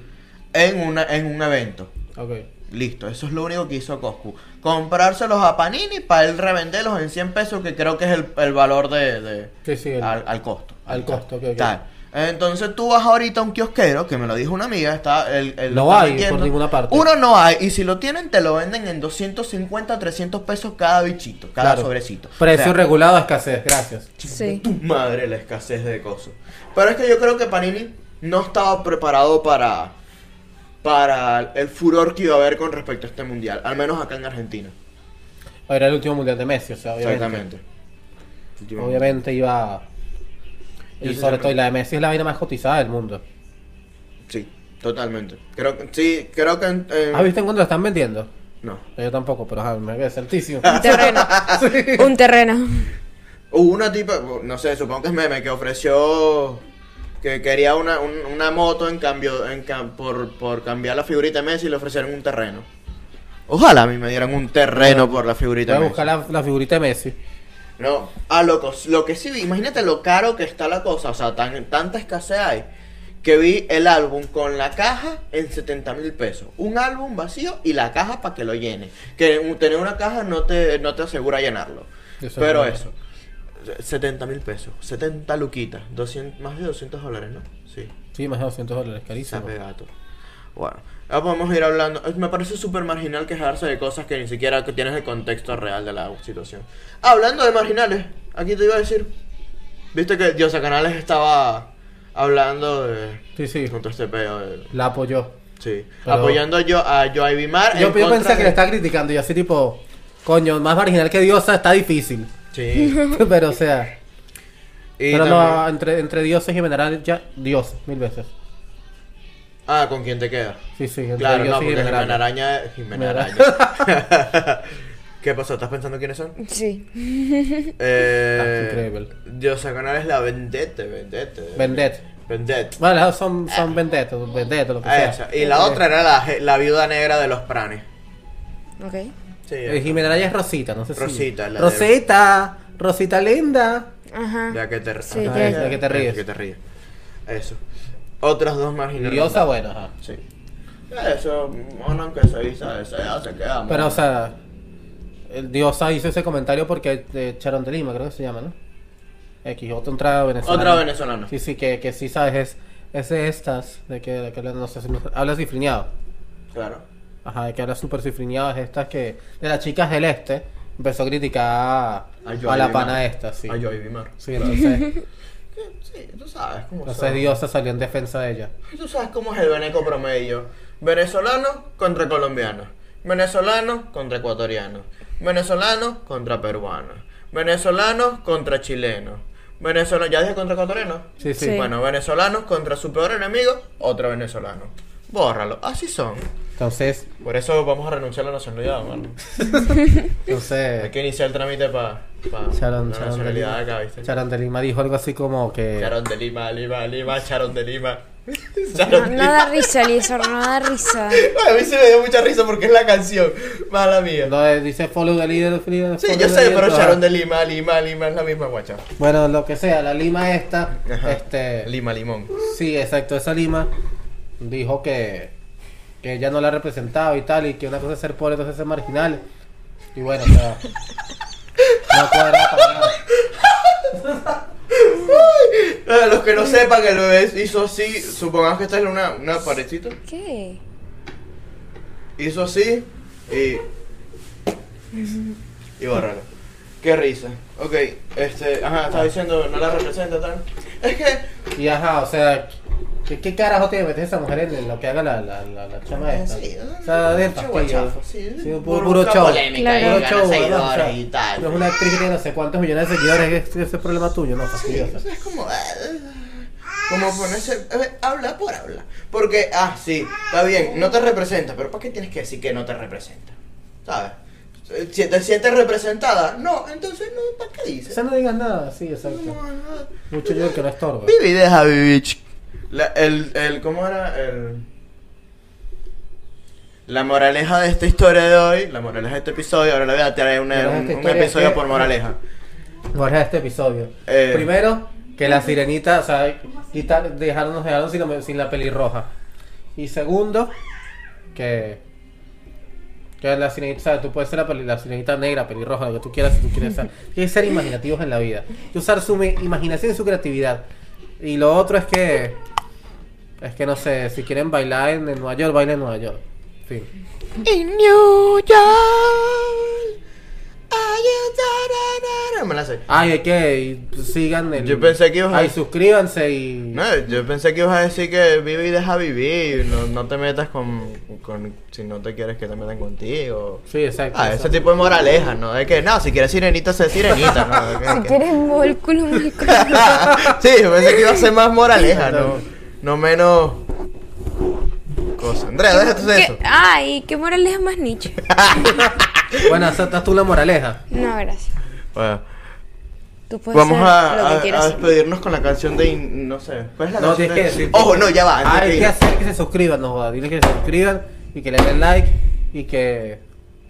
Speaker 3: en, una, en un evento.
Speaker 2: Ok.
Speaker 3: Listo, eso es lo único que hizo Coscu. Comprárselos a Panini para él revenderlos en 100 pesos, que creo que es el, el valor de, de-
Speaker 2: Sí, sí. el-
Speaker 3: al, al costo.
Speaker 2: Al costo, ok, ok.
Speaker 3: Tal. Entonces tú vas ahorita a un kiosquero, que me lo dijo una amiga, está el, el-
Speaker 2: No
Speaker 3: lo están
Speaker 2: hay por ninguna parte.
Speaker 3: Uno no hay, y si lo tienen te lo venden en 250, 300 pesos cada bichito, cada
Speaker 2: claro.
Speaker 3: sobrecito.
Speaker 2: Precio
Speaker 3: O sea,
Speaker 2: regulado a escasez, gracias.
Speaker 4: Sí.
Speaker 3: tu madre la escasez de cosas. Pero es que yo creo que Panini no estaba preparado para para el furor que iba a haber con respecto a este mundial, al menos acá en Argentina.
Speaker 2: Era el último mundial de Messi, o sea, obviamente.
Speaker 3: Exactamente.
Speaker 2: Obviamente iba.
Speaker 3: Yo
Speaker 2: Y
Speaker 3: sí
Speaker 2: sobre
Speaker 3: siempre-
Speaker 2: todo, y la de Messi es la vaina más cotizada del mundo.
Speaker 3: Sí, totalmente. Creo que sí, creo que en- en-
Speaker 2: ¿Has visto en cuánto la están vendiendo?
Speaker 3: no.
Speaker 2: Yo tampoco, pero ajá, me parece altísimo.
Speaker 4: Un terreno. Un terreno.
Speaker 3: Hubo una tipa, no sé, supongo que es meme, que ofreció que quería una, un- una moto en cambio en cam- por, por cambiar la figurita de Messi y le ofrecieron un terreno. Ojalá a mí me dieran un terreno por la
Speaker 2: Voy
Speaker 3: figurita
Speaker 2: a
Speaker 3: de Messi.
Speaker 2: buscar la, la figurita de Messi.
Speaker 3: No, ah, loco, lo que sí vi, imagínate lo caro que está la cosa, o sea, tan, tanta escasez hay, que vi el álbum con la caja en 70 mil pesos. Un álbum vacío y la caja para que lo llene. Que un- tener una caja no te, no te asegura llenarlo.
Speaker 2: Eso
Speaker 3: Pero
Speaker 2: es
Speaker 3: eso, 70 mil pesos, 70 luquitas, 200, más de 200 dólares, ¿no? Sí,
Speaker 2: Sí, más de 200 dólares, carísimo.
Speaker 3: sabe gato. Bueno, ahora podemos ir hablando. eh, Me parece súper marginal quejarse de cosas que ni siquiera que tienes el contexto real de la situación. Hablando de marginales, aquí te iba a decir. Viste que Diosa Canales estaba hablando de.
Speaker 2: Sí, sí.
Speaker 3: Con todo este pedo de-
Speaker 2: La apoyó.
Speaker 3: Sí.
Speaker 2: Pero-
Speaker 3: Apoyando yo a Joey Bimar.
Speaker 2: Yo,
Speaker 3: en
Speaker 2: yo
Speaker 3: contra
Speaker 2: pensé que
Speaker 3: de-
Speaker 2: le está criticando y así, tipo, coño, más marginal que Diosa está difícil.
Speaker 3: Sí.
Speaker 2: pero, o sea.
Speaker 3: Y
Speaker 2: pero no,
Speaker 3: también-
Speaker 2: entre, entre dioses y minerales, ya, Dios, mil veces.
Speaker 3: Ah, ¿con quién te queda?
Speaker 2: Sí, sí, entre
Speaker 3: Claro, no,
Speaker 2: dioses
Speaker 3: porque
Speaker 2: y minerales.
Speaker 3: Jimena Araña. Jimena Araña. ¿Qué pasó? ¿Estás pensando quiénes son?
Speaker 4: Sí.
Speaker 3: Eh,
Speaker 2: Ah, Increíble.
Speaker 3: Dios Agonal es la vendette, vendette.
Speaker 2: Vendet.
Speaker 3: Vendette.
Speaker 2: Bueno, las dos son, son vendetos, vendetos, lo que sea.
Speaker 3: Ah, Esa. Y la otra era la, la viuda negra de los pranes.
Speaker 4: Ok.
Speaker 3: Sí,
Speaker 2: Eh, Jimena Araya es Rosita, no sé si.
Speaker 3: Rosita, la de-
Speaker 2: Rosita, Rosita linda.
Speaker 4: Ajá.
Speaker 3: la que te,
Speaker 4: Sí,
Speaker 3: Ajá,
Speaker 4: ya-
Speaker 3: esa.
Speaker 2: La que te ríes.
Speaker 3: La que te ríes. Eso. Otras dos marginales.
Speaker 2: Diosa, bueno, ajá.
Speaker 3: Sí. Eso, bueno, que se avisa, se hace, quedamos.
Speaker 2: Pero, o sea, el Diosa hizo ese comentario porque de Charon de Lima, creo que se llama, ¿no? X, otra venezolana.
Speaker 3: Otra venezolana.
Speaker 2: Sí, sí, que, que sí sabes, es, es de estas, de que, de que habla- no sé, si- habla cifrineado.
Speaker 3: Claro.
Speaker 2: Ajá, de que habla súper cifrineado, es estas que, de las chicas del este, empezó a criticar a,
Speaker 3: Joey
Speaker 2: la
Speaker 3: Bimar.
Speaker 2: pana esta, sí.
Speaker 3: A Joey Bimar.
Speaker 2: Sí, entonces,
Speaker 3: Sí, Sí, tú sabes cómo
Speaker 2: entonces
Speaker 3: son.
Speaker 2: Diosa salió en defensa de ella.
Speaker 3: Pues Tú sabes cómo es el veneco promedio. Venezolano contra colombiano. Venezolano contra ecuatoriano. Venezolano contra peruano. Venezolano contra chileno. Venezolano, ¿ya dije contra ecuatoriano?
Speaker 2: Sí, sí.
Speaker 4: Sí.
Speaker 3: Bueno, venezolanos contra su peor enemigo, otro venezolano. Bórralo, así son.
Speaker 2: Entonces,
Speaker 3: Por eso vamos a renunciar a la nacionalidad, mano. Hay
Speaker 2: entonces...
Speaker 3: que iniciar el trámite para
Speaker 2: Charon,
Speaker 3: la
Speaker 2: Charon, de Lima,
Speaker 3: nacionalidad acá, ¿viste?
Speaker 2: Charon de Lima dijo algo así como que...
Speaker 3: Charon de Lima, Lima, Lima, Charon de Lima.
Speaker 4: No,
Speaker 3: Charon de
Speaker 4: no da risa, Lizor, no da risa.
Speaker 3: A mí se me dio mucha risa porque es la canción. Mala mía.
Speaker 2: Lo de- dice follow the leader. follow
Speaker 3: sí,
Speaker 2: the
Speaker 3: yo sé,
Speaker 2: leader,
Speaker 3: pero
Speaker 2: ajá.
Speaker 3: Sharon de Lima, Lima, Lima es la misma guacha.
Speaker 2: Bueno, lo que sea, la lima esta.
Speaker 3: Ajá.
Speaker 2: Este,
Speaker 3: Lima, limón.
Speaker 2: sí, exacto, esa lima dijo que. que ella no la representaba y tal, y que una cosa es ser pobre, otra cosa es ser marginal. Y bueno, o sea, no cuadra para nada.
Speaker 3: Para los que no sepan, el bebé hizo así. Supongamos que esta es una, una parecita.
Speaker 4: ¿Qué?
Speaker 3: Hizo así y. Y bórralo. Qué risa. Ok, este. Ajá, estaba diciendo, no la representa tal. Es que.
Speaker 2: Y ajá, o sea, ¿qué, qué carajo tiene que meter esa mujer en lo que haga la, la, la, la chama esta?
Speaker 3: Ah, Sí,
Speaker 2: o sea, de
Speaker 3: mucho
Speaker 2: fastidio.
Speaker 3: guachazo, sí,
Speaker 2: Sí, un
Speaker 3: por
Speaker 2: puro, puro
Speaker 3: buscar
Speaker 2: show.
Speaker 3: polémica
Speaker 4: y Claro.
Speaker 2: Puro
Speaker 3: ganar
Speaker 2: show, ¿verdad? O sea,
Speaker 3: seguidores y tal.
Speaker 2: No es una actriz que tiene no sé cuántos millones de seguidores, es- ese es problema tuyo, no fastidio. o sea.
Speaker 3: Es como. eh, Como ponerse. a ver, habla por habla. Porque, ah, sí, está bien, no te representa, pero ¿para qué tienes que decir que no te representa? ¿Sabes? Si te sientes representada, no, entonces no, ¿para qué
Speaker 2: O sea,
Speaker 3: dices?
Speaker 2: no digas nada, sí, exacto.
Speaker 3: No, no.
Speaker 2: Mucho yo que no estorba.
Speaker 3: Vive y deja vivir. ch- La, el, el, ¿Cómo era? El, la moraleja de esta historia de hoy, la moraleja de este episodio, ahora le voy a traer una-
Speaker 2: Moraleja de
Speaker 3: un,
Speaker 2: esta
Speaker 3: un
Speaker 2: historia es
Speaker 3: episodio
Speaker 2: que-
Speaker 3: por moraleja.
Speaker 2: Guarda este episodio.
Speaker 3: Eh.
Speaker 2: Primero, que la sirenita, o sea, quitar- dejaron, nos dejaron sin, la- sin la pelirroja. Y segundo, que. Que la sirenita, o sea, tú puedes ser la, peli- la sirenita negra, pelirroja, lo que tú quieras, si tú quieres ser. Tienes que ser imaginativos en la vida. Y usar su mi- imaginación y su creatividad. Y lo otro es que. Es que no sé, si quieren bailar en, en Nueva York, bailen en Nueva York. Fin.
Speaker 3: In New York. Are you da, da, da, da? Me la sé.
Speaker 2: Ay, es que y sigan el.
Speaker 3: Yo pensé que ibas a-
Speaker 2: Ay, suscríbanse y.
Speaker 3: No, yo pensé que ibas a decir que vive y deja vivir. No, no te metas con, con. Si no te quieres que te metan contigo.
Speaker 2: Sí, exacto.
Speaker 3: Ah, ese
Speaker 2: exacto.
Speaker 3: tipo de moraleja, ¿no? Es que no, si quieres sirenita, sé sirenita, ¿no? Es que- Ah,
Speaker 4: Si quieres músculo, músculo.
Speaker 3: sí, yo pensé que iba a ser más moraleja, ¿no? No menos. Cosa. Andrea, déjate
Speaker 4: ¿Qué-
Speaker 3: eso.
Speaker 4: Ay, qué moraleja más nicho.
Speaker 2: Bueno, aceptas tú la moraleja.
Speaker 4: No, gracias.
Speaker 3: Bueno,
Speaker 4: Tú puedes
Speaker 3: vamos
Speaker 4: ser
Speaker 3: a,
Speaker 4: lo
Speaker 3: a-
Speaker 4: que
Speaker 3: a
Speaker 4: quieras. ser.
Speaker 3: despedirnos con la canción de. in- No sé. ¿Cuál es la
Speaker 2: No,
Speaker 3: canción?
Speaker 2: tienes
Speaker 3: de-
Speaker 2: que decir.
Speaker 3: Ojo, no, ya va. antes
Speaker 2: Ah,
Speaker 3: de
Speaker 2: hay que
Speaker 3: irnos.
Speaker 2: hacer que se suscriban, no joda. Dile que se suscriban y que le den like y que.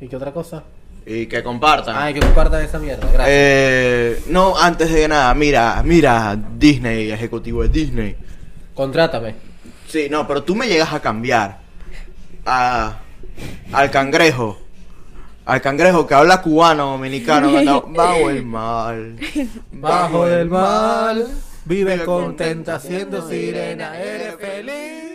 Speaker 2: ¿Y qué otra cosa?
Speaker 3: Y que compartan.
Speaker 2: Ah, y que compartan esa mierda. Gracias.
Speaker 3: Eh, no, antes de nada, mira, mira, Disney, ejecutivo de Disney.
Speaker 2: Contrátame.
Speaker 3: Sí, no, pero tú me llegas a cambiar a, al cangrejo. Al cangrejo que habla cubano, dominicano, cantado, bajo el mal.
Speaker 2: Bajo el mal, vive contenta siendo
Speaker 3: siendo
Speaker 2: sirena, eres feliz.